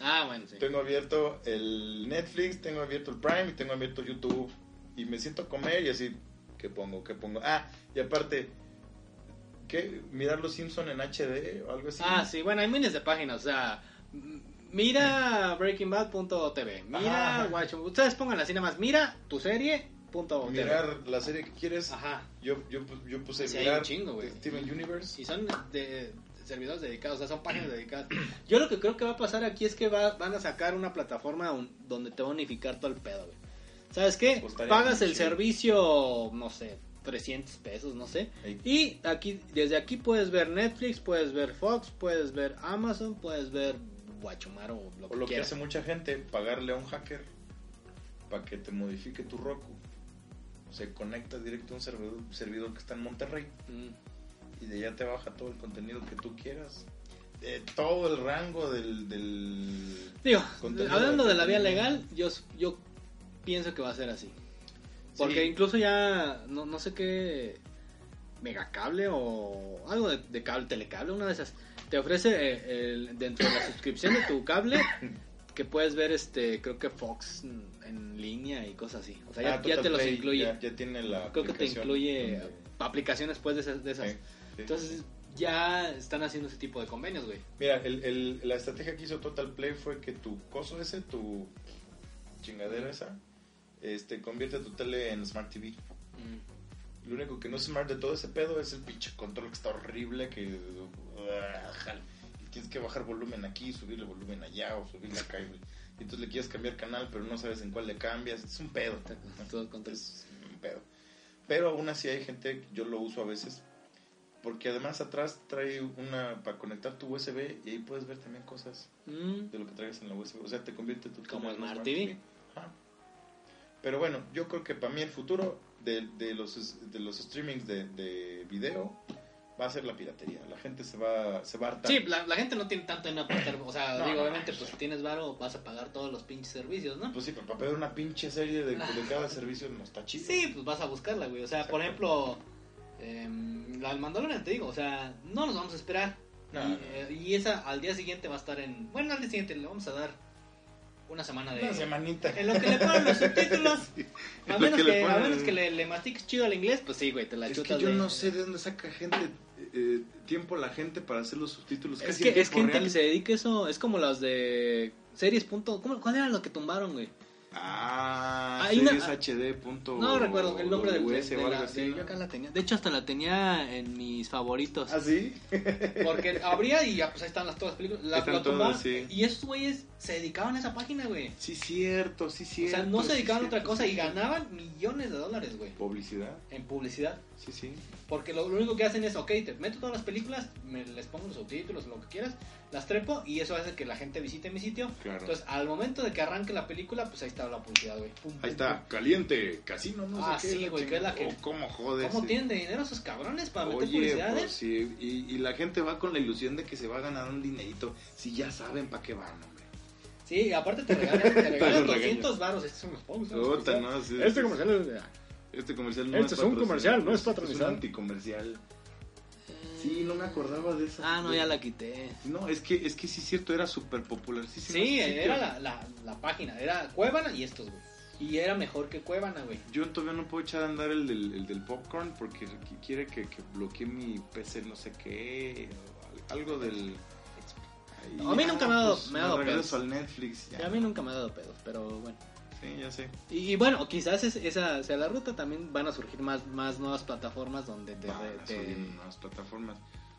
Speaker 2: Ah, bueno, sí.
Speaker 3: tengo abierto el Netflix, tengo abierto el Prime y tengo abierto YouTube y me siento a comer y así qué pongo, qué pongo. Ah, y aparte ¿qué? mirar los Simpson en HD o algo así.
Speaker 2: Ah, sí, bueno, hay miles de páginas, o sea, m- mira breakingbad.tv,
Speaker 3: Ajá,
Speaker 2: mira
Speaker 3: ajá.
Speaker 2: Watch, ustedes pongan así nada más, mira tu serie punto TV.
Speaker 3: Mirar la serie que quieres.
Speaker 2: Ajá.
Speaker 3: Yo, yo, yo puse
Speaker 2: Sí, hay un
Speaker 3: mirar
Speaker 2: chingo, güey.
Speaker 3: Steven Universe.
Speaker 2: Y son de servidores dedicados, o sea, son páginas dedicadas. Yo lo que creo que va a pasar aquí es que va- van a sacar una plataforma un- donde te va a unificar todo el pedo, güey. ¿Sabes qué?
Speaker 3: Pues estaría
Speaker 2: Pagas
Speaker 3: bien
Speaker 2: el
Speaker 3: chido.
Speaker 2: servicio, no sé, 300 pesos, no sé.
Speaker 3: Ahí
Speaker 2: Y aquí, desde aquí puedes ver Netflix, puedes ver Fox, puedes ver Amazon, puedes ver Guachomar o lo
Speaker 3: O
Speaker 2: que
Speaker 3: lo que
Speaker 2: quieras.
Speaker 3: hace mucha gente, pagarle a un hacker para que te modifique tu Roku. Se conecta directo a un servidor, servidor que está en Monterrey
Speaker 2: Mm.
Speaker 3: y de allá te baja todo el contenido que tú quieras. De todo el rango del... del-
Speaker 2: Digo,
Speaker 3: Contenido
Speaker 2: hablando de la vía
Speaker 3: contenido.
Speaker 2: legal, yo, s- yo pienso que va a ser así. Porque
Speaker 3: Sí.
Speaker 2: incluso ya, no, no sé qué, megacable o algo de, de cable, telecable, una de esas, te ofrece eh, el- dentro de la suscripción de tu cable que puedes ver, este creo que Fox en, en línea y cosas así. O sea, ya,
Speaker 3: Ah,
Speaker 2: ya
Speaker 3: Total
Speaker 2: te los
Speaker 3: Play,
Speaker 2: incluye.
Speaker 3: Ya, ya tiene la
Speaker 2: Creo que te
Speaker 3: aplicación
Speaker 2: incluye
Speaker 3: donde-
Speaker 2: aplicaciones pues de esas. de esas.
Speaker 3: Sí, sí.
Speaker 2: Entonces ya están haciendo ese tipo de convenios, güey.
Speaker 3: Mira, el- el- la estrategia que hizo Total Play fue que tu coso ese, tu chingadera esa, este, convierte tu tele en Smart TV. Mm. Lo único que no es smart de todo ese pedo es el pinche control que está horrible, que... Uajal. Y Tienes que bajar volumen aquí, subirle volumen allá o subirle acá. Y y entonces le quieres cambiar canal, pero no sabes en cuál le cambias. Es un pedo.
Speaker 2: Está con- todo con-
Speaker 3: Es un pedo. Pero aún así hay gente, yo lo uso a veces, porque además atrás trae una para conectar tu USB y ahí puedes ver también cosas
Speaker 2: Mm.
Speaker 3: de lo que traigas en la USB. O sea, te convierte tu
Speaker 2: Como
Speaker 3: tele en
Speaker 2: Smart TV.
Speaker 3: Ajá. Pero bueno, yo creo que para mí el futuro de, de los, de los streamings de, de video va a ser la piratería. La gente se va, se va a hartar.
Speaker 2: Sí, la, la gente no tiene tanto en aportar. O sea,
Speaker 3: No,
Speaker 2: digo,
Speaker 3: no,
Speaker 2: obviamente,
Speaker 3: no.
Speaker 2: pues si tienes varo, vas a pagar todos los pinches servicios, ¿no?
Speaker 3: Pues sí, pero para ver una pinche serie de, de cada servicio no está chido.
Speaker 2: Sí, pues vas a buscarla, güey. O sea, por ejemplo, em, la del Mandalorian, te digo, o sea, no nos vamos a esperar.
Speaker 3: No,
Speaker 2: y,
Speaker 3: no.
Speaker 2: eh, y esa al día siguiente va a estar en. Bueno, al día siguiente le vamos a dar una semana de.
Speaker 3: Una semanita.
Speaker 2: En lo que le ponen los subtítulos. A
Speaker 3: Lo
Speaker 2: menos
Speaker 3: que
Speaker 2: que,
Speaker 3: le
Speaker 2: a
Speaker 3: ponen-
Speaker 2: menos que le, le mastiques chido al inglés, pues sí, güey, te la
Speaker 3: es
Speaker 2: chutas.
Speaker 3: que yo
Speaker 2: de-
Speaker 3: no sé de dónde saca gente eh, tiempo la gente para hacer los subtítulos.
Speaker 2: Es
Speaker 3: casi
Speaker 2: que
Speaker 3: en
Speaker 2: es
Speaker 3: tiempo
Speaker 2: gente
Speaker 3: real.
Speaker 2: que se dedica a eso. Es como las de series. punto- ¿cómo- ¿Cuál era lo que tumbaron, güey?
Speaker 3: Ah,
Speaker 2: Hay una-
Speaker 3: series HD. punto
Speaker 2: No recuerdo el nombre del
Speaker 3: US
Speaker 2: de
Speaker 3: o
Speaker 2: la-
Speaker 3: algo así.
Speaker 2: de- yo acá la tenía. De hecho, hasta la tenía en mis favoritos.
Speaker 3: ¿Ah, sí?
Speaker 2: Porque abría y ya, pues ahí están las, todas las películas. La,
Speaker 3: Están
Speaker 2: lo tumbaban,
Speaker 3: todas, sí.
Speaker 2: Y esos güeyes se dedicaban a esa página, güey.
Speaker 3: Sí, cierto, sí,
Speaker 2: O
Speaker 3: cierto.
Speaker 2: sea, no se
Speaker 3: sí,
Speaker 2: dedicaban a
Speaker 3: cierto,
Speaker 2: otra cosa
Speaker 3: sí,
Speaker 2: y
Speaker 3: cierto.
Speaker 2: ganaban millones de dólares, güey,
Speaker 3: Publicidad,
Speaker 2: en publicidad.
Speaker 3: sí, sí.
Speaker 2: Porque lo, lo único que hacen es, ok, te meto todas las películas, me, les pongo los subtítulos, lo que quieras, las trepo y eso hace que la gente visite mi sitio.
Speaker 3: Claro.
Speaker 2: Entonces, al momento de que arranque la película, pues ahí está la publicidad, güey. Pum, pum,
Speaker 3: Ahí está, caliente, casino, no
Speaker 2: Ah,
Speaker 3: sé qué.
Speaker 2: sí, güey, que es la
Speaker 3: chingada.
Speaker 2: que-
Speaker 3: Oh, ¿Cómo
Speaker 2: pum.
Speaker 3: jodes?
Speaker 2: ¿Cómo
Speaker 3: sí.
Speaker 2: tienen de dinero esos cabrones para meter
Speaker 3: Oye,
Speaker 2: publicidades?
Speaker 3: pues sí, y, y la gente va con la ilusión de que se va a ganar un dinerito. Si ya saben para qué van, hombre.
Speaker 2: Sí, y aparte te regalan, te
Speaker 3: Te
Speaker 2: regalan
Speaker 3: los
Speaker 2: 200 varos. Estos son los pocos. son los
Speaker 3: Puta,
Speaker 2: comerciales.
Speaker 3: no, sí, sí,
Speaker 6: Este comercial es de...
Speaker 3: Este comercial
Speaker 6: Este es un
Speaker 3: patrocinado,
Speaker 6: comercial, no está
Speaker 3: este es un
Speaker 6: transmisado.
Speaker 3: anticomercial. Sí, no me acordaba de esa.
Speaker 2: Ah, no, ya la quité.
Speaker 3: No, es que, es que sí es cierto, era súper popular. Sí,
Speaker 2: Sí, era
Speaker 3: que-
Speaker 2: la, la, la página, era Cuevana y estos, güey. Y era mejor que Cuevana, güey.
Speaker 3: Yo todavía no puedo echar a andar el del, el del popcorn porque qui- quiere que, que bloquee mi PC no sé qué, o al- algo del... Ay,
Speaker 2: No, a mí
Speaker 3: ya,
Speaker 2: nunca me ha dado-
Speaker 3: pues,
Speaker 2: me ha dado
Speaker 3: regreso
Speaker 2: pedos.
Speaker 3: al Netflix, ya.
Speaker 2: A mí nunca me ha dado pedos, pero bueno.
Speaker 3: Sí, ya sé.
Speaker 2: Y, y bueno, quizás es- esa sea la ruta, también van a surgir más, más nuevas plataformas donde te...
Speaker 3: Van a
Speaker 2: te-
Speaker 3: subir Ah, en nuevas plataformas.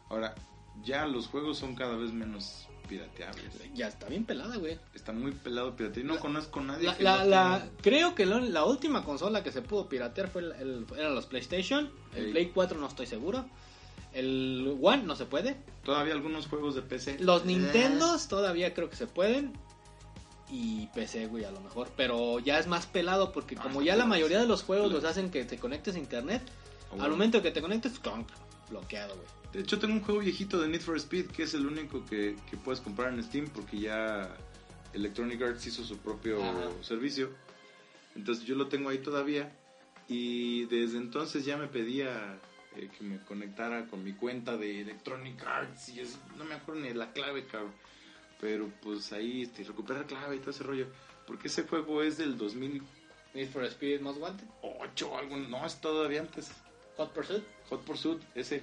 Speaker 3: Ahora, ya los juegos son cada vez menos pirateables.
Speaker 2: Ya está bien pelada, güey.
Speaker 3: Está muy pelado piratería. No
Speaker 2: La-
Speaker 3: conozco a nadie
Speaker 2: La,
Speaker 3: que
Speaker 2: la-
Speaker 3: no
Speaker 2: la-
Speaker 3: tenga-
Speaker 2: creo que lo- la última consola que se pudo piratear fue el, el- eran los PlayStation. El
Speaker 3: Ey.
Speaker 2: Play 4 no estoy seguro. El One no se puede.
Speaker 3: Todavía algunos juegos de PC.
Speaker 2: Los
Speaker 3: Eh,
Speaker 2: Nintendos todavía creo que se pueden. Y PC, güey, a lo mejor. Pero ya es más pelado porque
Speaker 3: Ah,
Speaker 2: como
Speaker 3: está
Speaker 2: ya la
Speaker 3: pelado,
Speaker 2: mayoría de los juegos
Speaker 3: Pelado.
Speaker 2: los hacen que te conectes a internet,
Speaker 3: o bueno.
Speaker 2: al momento que te conectes, ¡tonk! bloqueado, güey.
Speaker 3: De hecho, tengo un juego viejito de Need for Speed que es el único que, que puedes comprar en Steam porque ya Electronic Arts hizo su propio
Speaker 2: Ajá.
Speaker 3: servicio. Entonces yo lo tengo ahí todavía y desde entonces ya me pedía eh, que me conectara con mi cuenta de Electronic Arts y es, no me acuerdo ni la clave, cabrón. Pero pues ahí este, recuperar clave y todo ese rollo. Porque ese juego es del 2008
Speaker 2: Need for Speed Most Wanted,
Speaker 3: o algo, no, es todavía antes.
Speaker 2: Hot Pursuit.
Speaker 3: Hot Pursuit, ese,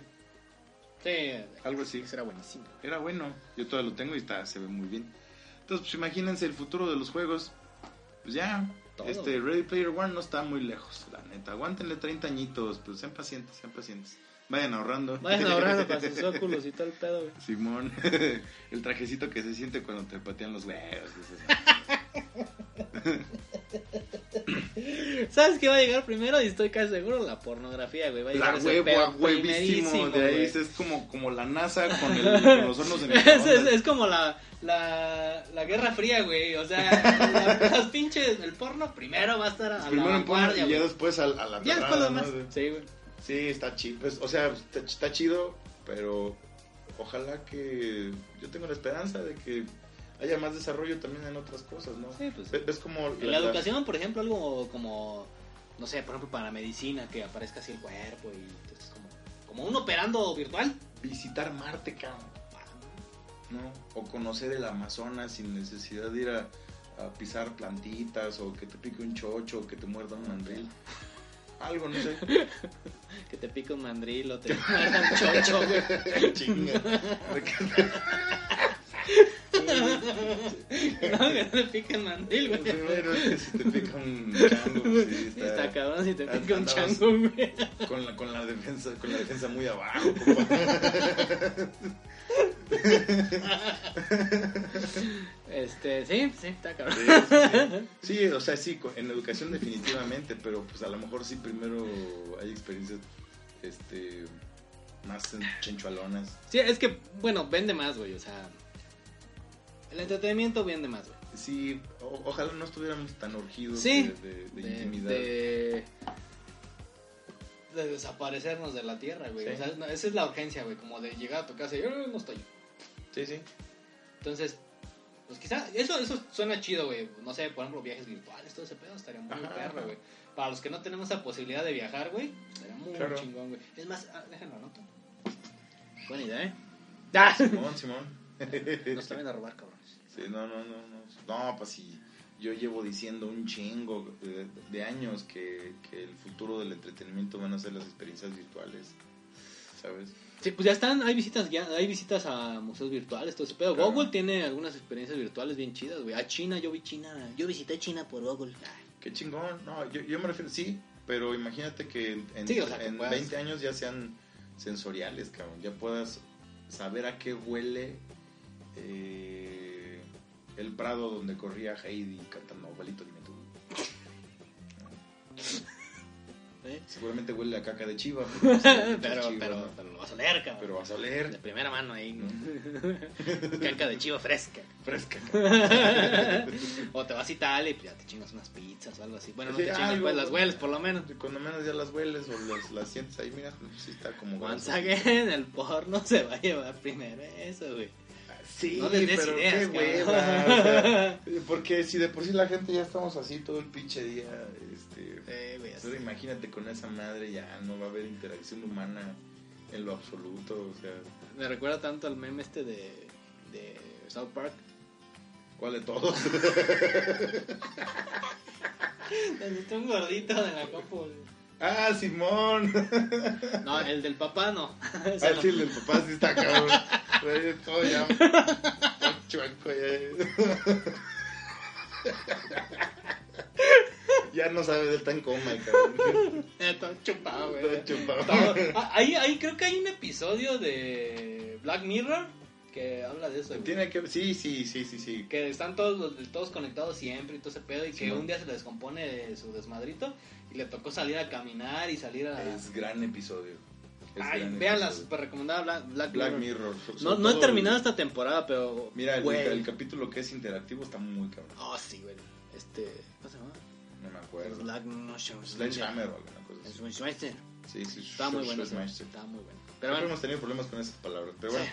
Speaker 2: Sí,
Speaker 3: algo así.
Speaker 2: será buenísimo.
Speaker 3: Era bueno, yo todavía lo tengo y está, se ve muy bien. Entonces, pues imagínense el futuro de los juegos. Pues ya,
Speaker 2: Todo.
Speaker 3: este Ready Player One no está muy lejos, la neta. Aguántenle 30 añitos, pues sean pacientes, sean pacientes. Vayan ahorrando.
Speaker 2: Vayan ahorrando pues. para sus óculos y todo el pedo, güey.
Speaker 3: Simón, el trajecito que se siente cuando te patean los huevos. dices, "Ah,
Speaker 2: ¿Sabes qué va a llegar primero? Y estoy casi seguro, la pornografía, güey. Va a llegar
Speaker 3: La
Speaker 2: ese
Speaker 3: huevo,
Speaker 2: pedo
Speaker 3: a huevísimo.
Speaker 2: primerísimo,
Speaker 3: De ahí
Speaker 2: güey.
Speaker 3: es como, como la NASA con, el, con los hornos de
Speaker 2: Es, es-
Speaker 3: microondas.
Speaker 2: es como la, la, la Guerra Fría, güey. O sea, la- las pinches, el porno primero va a estar a, la
Speaker 3: Primero en porno
Speaker 2: vanguardia,
Speaker 3: y ya
Speaker 2: güey.
Speaker 3: después a, a la
Speaker 2: Ya después
Speaker 3: perrada,
Speaker 2: lo demás.
Speaker 3: ¿no? De-
Speaker 2: Sí, güey.
Speaker 3: Sí, está chido. pues, o sea, está, está chido, pero ojalá que. Yo tengo la esperanza de que haya más desarrollo también en otras cosas, ¿no?
Speaker 2: Sí, pues.
Speaker 3: Es como.
Speaker 2: En la educación, por ejemplo, algo como, no sé, por ejemplo, para medicina, que aparezca así el cuerpo y entonces como, como un operando virtual.
Speaker 3: Visitar Marte, cabrón. ¿No? O conocer el Amazonas sin necesidad de ir a, a pisar plantitas, o que te pique un chocho, o que te muerda un mandril. Algo, no sé.
Speaker 2: Que te pica un mandril o te muerda un chocho, güey.
Speaker 3: Chinga.
Speaker 2: No, que no te pica un mandril, güey.
Speaker 3: Primero es que si te pica un chango, pues, sí,
Speaker 2: Sí, Está cabrón si te
Speaker 3: Ah,
Speaker 2: pica un
Speaker 3: andabas-
Speaker 2: chango, güey.
Speaker 3: con la, con la defensa con la defensa muy abajo compa.
Speaker 2: Este, sí, sí, está cabrón.
Speaker 3: Sí, sí, sí. Sí, o sea sí con- en educación definitivamente pero pues a lo mejor sí primero hay experiencias este más en- chenchualonas
Speaker 2: Sí, es que, bueno, vende más, güey, o sea. El entretenimiento vende más, güey.
Speaker 3: sí o- ojalá no estuviéramos tan urgidos
Speaker 2: Sí.
Speaker 3: de, de- de
Speaker 2: De,
Speaker 3: intimidad
Speaker 2: de- de desaparecernos de la tierra, güey.
Speaker 3: Sí.
Speaker 2: O sea, no, esa es la urgencia, güey, como de llegar a tu casa y "Eh, no estoy.
Speaker 3: sí sí
Speaker 2: Entonces, pues quizá, eso, eso suena chido, güey. No sé, por ejemplo, viajes virtuales, todo ese pedo estaría muy
Speaker 3: Ajá.
Speaker 2: perro, güey. Para los que no tenemos la posibilidad de viajar, güey, estaría muy
Speaker 3: Claro.
Speaker 2: chingón, güey. Es más, ah, déjenlo anoto. Buena idea, ¿eh? ¡Ah!
Speaker 3: Simón Simón
Speaker 2: Nos están viendo a robar, cabrones.
Speaker 3: Sí, no no no no no pues sí yo llevo diciendo un chingo eh, de, de años que, que el futuro del entretenimiento van a ser las experiencias virtuales ¿sabes?
Speaker 2: Sí, pues ya están, hay visitas ya, hay visitas a museos virtuales, todo ese pedo.
Speaker 3: Claro.
Speaker 2: Google tiene algunas experiencias virtuales bien chidas, güey. A China, yo vi China, yo visité China por Google. Ah,
Speaker 3: Qué chingón. No, yo, yo me refiero, sí, pero imagínate que en, en-
Speaker 2: Sí, o sea, que
Speaker 3: en
Speaker 2: puedas-
Speaker 3: 20 años ya sean sensoriales, cabrón. Ya puedas saber a qué huele eh, el prado donde corría Heidi cantando Abuelito, dime tú.
Speaker 2: ¿eh?
Speaker 3: Seguramente huele a caca de chiva. porque es
Speaker 2: pero,
Speaker 3: chiva,
Speaker 2: pero,
Speaker 3: ¿no?
Speaker 2: pero, lo vas a leer, cabrón.
Speaker 3: Pero vas a
Speaker 2: De
Speaker 3: leer
Speaker 2: primera mano ahí, ¿no? Canca de chivo fresca.
Speaker 3: fresca.
Speaker 2: O te vas a Italia y pues, ya te chingas unas pizzas o algo así. Bueno, no
Speaker 3: Sí,
Speaker 2: te chingas,
Speaker 3: algo,
Speaker 2: pues las
Speaker 3: güey.
Speaker 2: hueles por lo menos.
Speaker 3: Cuando menos ya las hueles o las, las sientes ahí, mira, pues sí está como...
Speaker 2: Once again, el porno se va a llevar primero eso, güey.
Speaker 3: Sí,
Speaker 2: No les des
Speaker 3: pero
Speaker 2: ideas,
Speaker 3: qué
Speaker 2: cabrón.
Speaker 3: hueva. o sea, Eh, porque si de por sí la gente ya estamos así todo el pinche día, este,
Speaker 2: Eh, güey, así.
Speaker 3: pero imagínate con esa madre ya no va a haber interacción humana en lo absoluto, o sea,
Speaker 2: Me recuerda tanto al meme este de, de South Park.
Speaker 3: ¿cuál de todos?
Speaker 2: Donde está un gordito de la copa.
Speaker 3: ah, Simón.
Speaker 2: No, el del papá no. Ese
Speaker 3: Ah,
Speaker 2: no.
Speaker 3: sí, el del papá sí está cabrón. Güey, todo ya. todo chueco ya. ya no sabe, él está en coma, el cabrón.
Speaker 2: Eh, todo chupado, güey.
Speaker 3: Todo chupado.
Speaker 2: Todo- ah, ahí, ahí creo que hay un episodio de Black Mirror que habla de eso. güey.
Speaker 3: Tiene que sí, sí, sí, sí, sí.
Speaker 2: Que están todos los- todos conectados siempre y todo ese pedo y que
Speaker 3: Sí, ¿no?
Speaker 2: un día se le descompone su desmadrito y le tocó salir a caminar y salir a...
Speaker 3: Es gran episodio. Es
Speaker 2: Ay,
Speaker 3: gran
Speaker 2: vean la
Speaker 3: episodio.
Speaker 2: super recomendada Bla- Black,
Speaker 3: Black
Speaker 2: Mirror.
Speaker 3: Mirror. so-
Speaker 2: Ah, No,
Speaker 3: sobre
Speaker 2: no he
Speaker 3: todo
Speaker 2: terminado
Speaker 3: el-
Speaker 2: esta temporada, pero...
Speaker 3: Mira, el,
Speaker 2: güey.
Speaker 3: el capítulo que es interactivo está muy cabrón.
Speaker 2: Oh, sí, güey. Este... ¿Cómo se llama?
Speaker 3: No me acuerdo.
Speaker 2: Black... No sé.
Speaker 3: Sledgehammer o alguna cosa así.
Speaker 2: Schweinsteiger.
Speaker 3: Sí, sí,
Speaker 2: Estaba muy bueno.
Speaker 3: Smash, sí.
Speaker 2: Estaba muy bueno. Pero
Speaker 3: Siempre
Speaker 2: bueno,
Speaker 3: hemos tenido problemas con esas palabras. Pero bueno,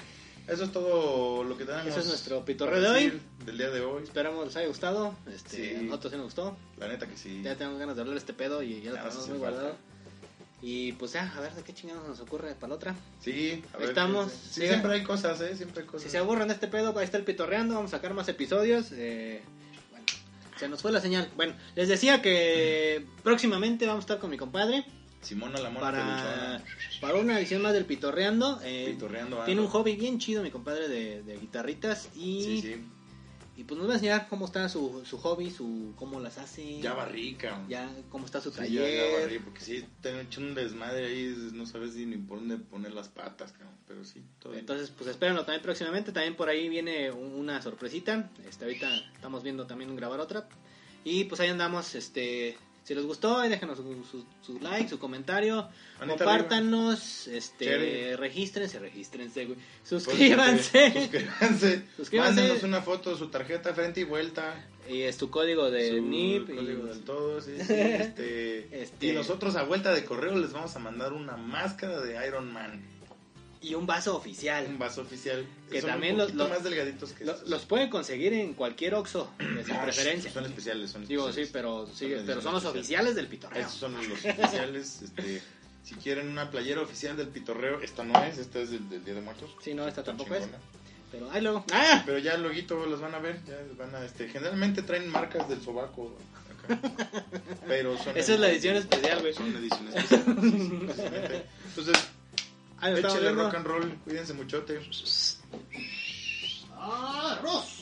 Speaker 3: eso es todo lo que tenemos.
Speaker 2: eso es nuestro
Speaker 3: para
Speaker 2: pitorreo de hoy.
Speaker 3: decir Del día de hoy.
Speaker 2: Esperamos les haya gustado. Este,
Speaker 3: Sí.
Speaker 2: A nosotros sí nos gustó.
Speaker 3: La neta que sí.
Speaker 2: Ya tengo ganas de hablar de este pedo y ya lo
Speaker 3: Ya nos
Speaker 2: tenemos
Speaker 3: hace
Speaker 2: muy
Speaker 3: falta.
Speaker 2: guardado. Y pues ya, a ver de qué chingados nos ocurre para la otra.
Speaker 3: Sí, a ver.
Speaker 2: Estamos-
Speaker 3: sí, sí. Sí,
Speaker 2: sigan.
Speaker 3: siempre hay cosas, ¿eh? Siempre hay
Speaker 2: Si
Speaker 3: cosas.
Speaker 2: se aburren de este pedo, ahí está el pitorreando. Vamos a sacar más episodios. eh, bueno, se nos fue la señal. Bueno, les decía que próximamente vamos a estar con mi compadre
Speaker 3: Simona la mona
Speaker 2: para,
Speaker 3: peluchona,
Speaker 2: para una edición más del pitorreando. eh,
Speaker 3: pitorreando algo.
Speaker 2: tiene un hobby bien chido mi compadre de, de guitarritas y,
Speaker 3: Sí, sí.
Speaker 2: y pues nos va a enseñar cómo está su, su hobby, su cómo las hace,
Speaker 3: Ya barrica.
Speaker 2: ya cómo está su
Speaker 3: Sí, ya, ya
Speaker 2: taller.
Speaker 3: barrí, porque sí, te han hecho un desmadre ahí, no sabes ni por dónde poner las patas, cabrón, pero sí, todo bien.
Speaker 2: Entonces, pues espérenlo también próximamente. También por ahí viene un- una sorpresita. Este, ahorita estamos viendo también grabar otra. Y pues ahí andamos. Este, si les gustó, ahí déjenos su, su- su like, su comentario.
Speaker 3: Manita
Speaker 2: compártanos. Este,
Speaker 3: Share.
Speaker 2: regístrense, regístrense, güey.
Speaker 3: Pues,
Speaker 2: Suscríbanse.
Speaker 3: Suscríbanse.
Speaker 2: Suscríbanse.
Speaker 3: Mándenos una foto, su tarjeta frente y vuelta.
Speaker 2: y es tu código de
Speaker 3: su
Speaker 2: NIP. y-
Speaker 3: código del todo, sí, sí, este,
Speaker 2: Este.
Speaker 3: Y nosotros a vuelta de correo les vamos a mandar una máscara de Iron Man.
Speaker 2: y un vaso oficial.
Speaker 3: Un vaso oficial.
Speaker 2: Que
Speaker 3: Son
Speaker 2: también
Speaker 3: un
Speaker 2: los-
Speaker 3: poquito
Speaker 2: los-
Speaker 3: más delgaditos que Ah,
Speaker 2: Lo-
Speaker 3: estos.
Speaker 2: los pueden conseguir en cualquier Oxxo, de su
Speaker 3: No,
Speaker 2: preferencia.
Speaker 3: Son especiales, son
Speaker 2: Digo, sí,
Speaker 3: especiales.
Speaker 2: pero, sí,
Speaker 3: Son
Speaker 2: pero son los
Speaker 3: especiales.
Speaker 2: oficiales del pitorreo.
Speaker 3: Esos son los oficiales. este, si quieren una playera oficial del pitorreo, esta no es, esta es del, del Día de Muertos.
Speaker 2: Sí, no, esta
Speaker 3: Está
Speaker 2: tampoco es.
Speaker 3: chingona.
Speaker 2: Pero ahí luego. ¡Ah!
Speaker 3: Pero ya luego los van a ver, ya les van a, este, generalmente traen marcas del sobaco. acá. Pero son
Speaker 2: Esa es la edición especial, güey.
Speaker 3: Son ediciones especiales. sí, sí, precisamente. Entonces,
Speaker 2: Ahí nos estamos
Speaker 3: échale
Speaker 2: viendo.
Speaker 3: rock and roll, cuídense muchote.
Speaker 2: ¡Arroz!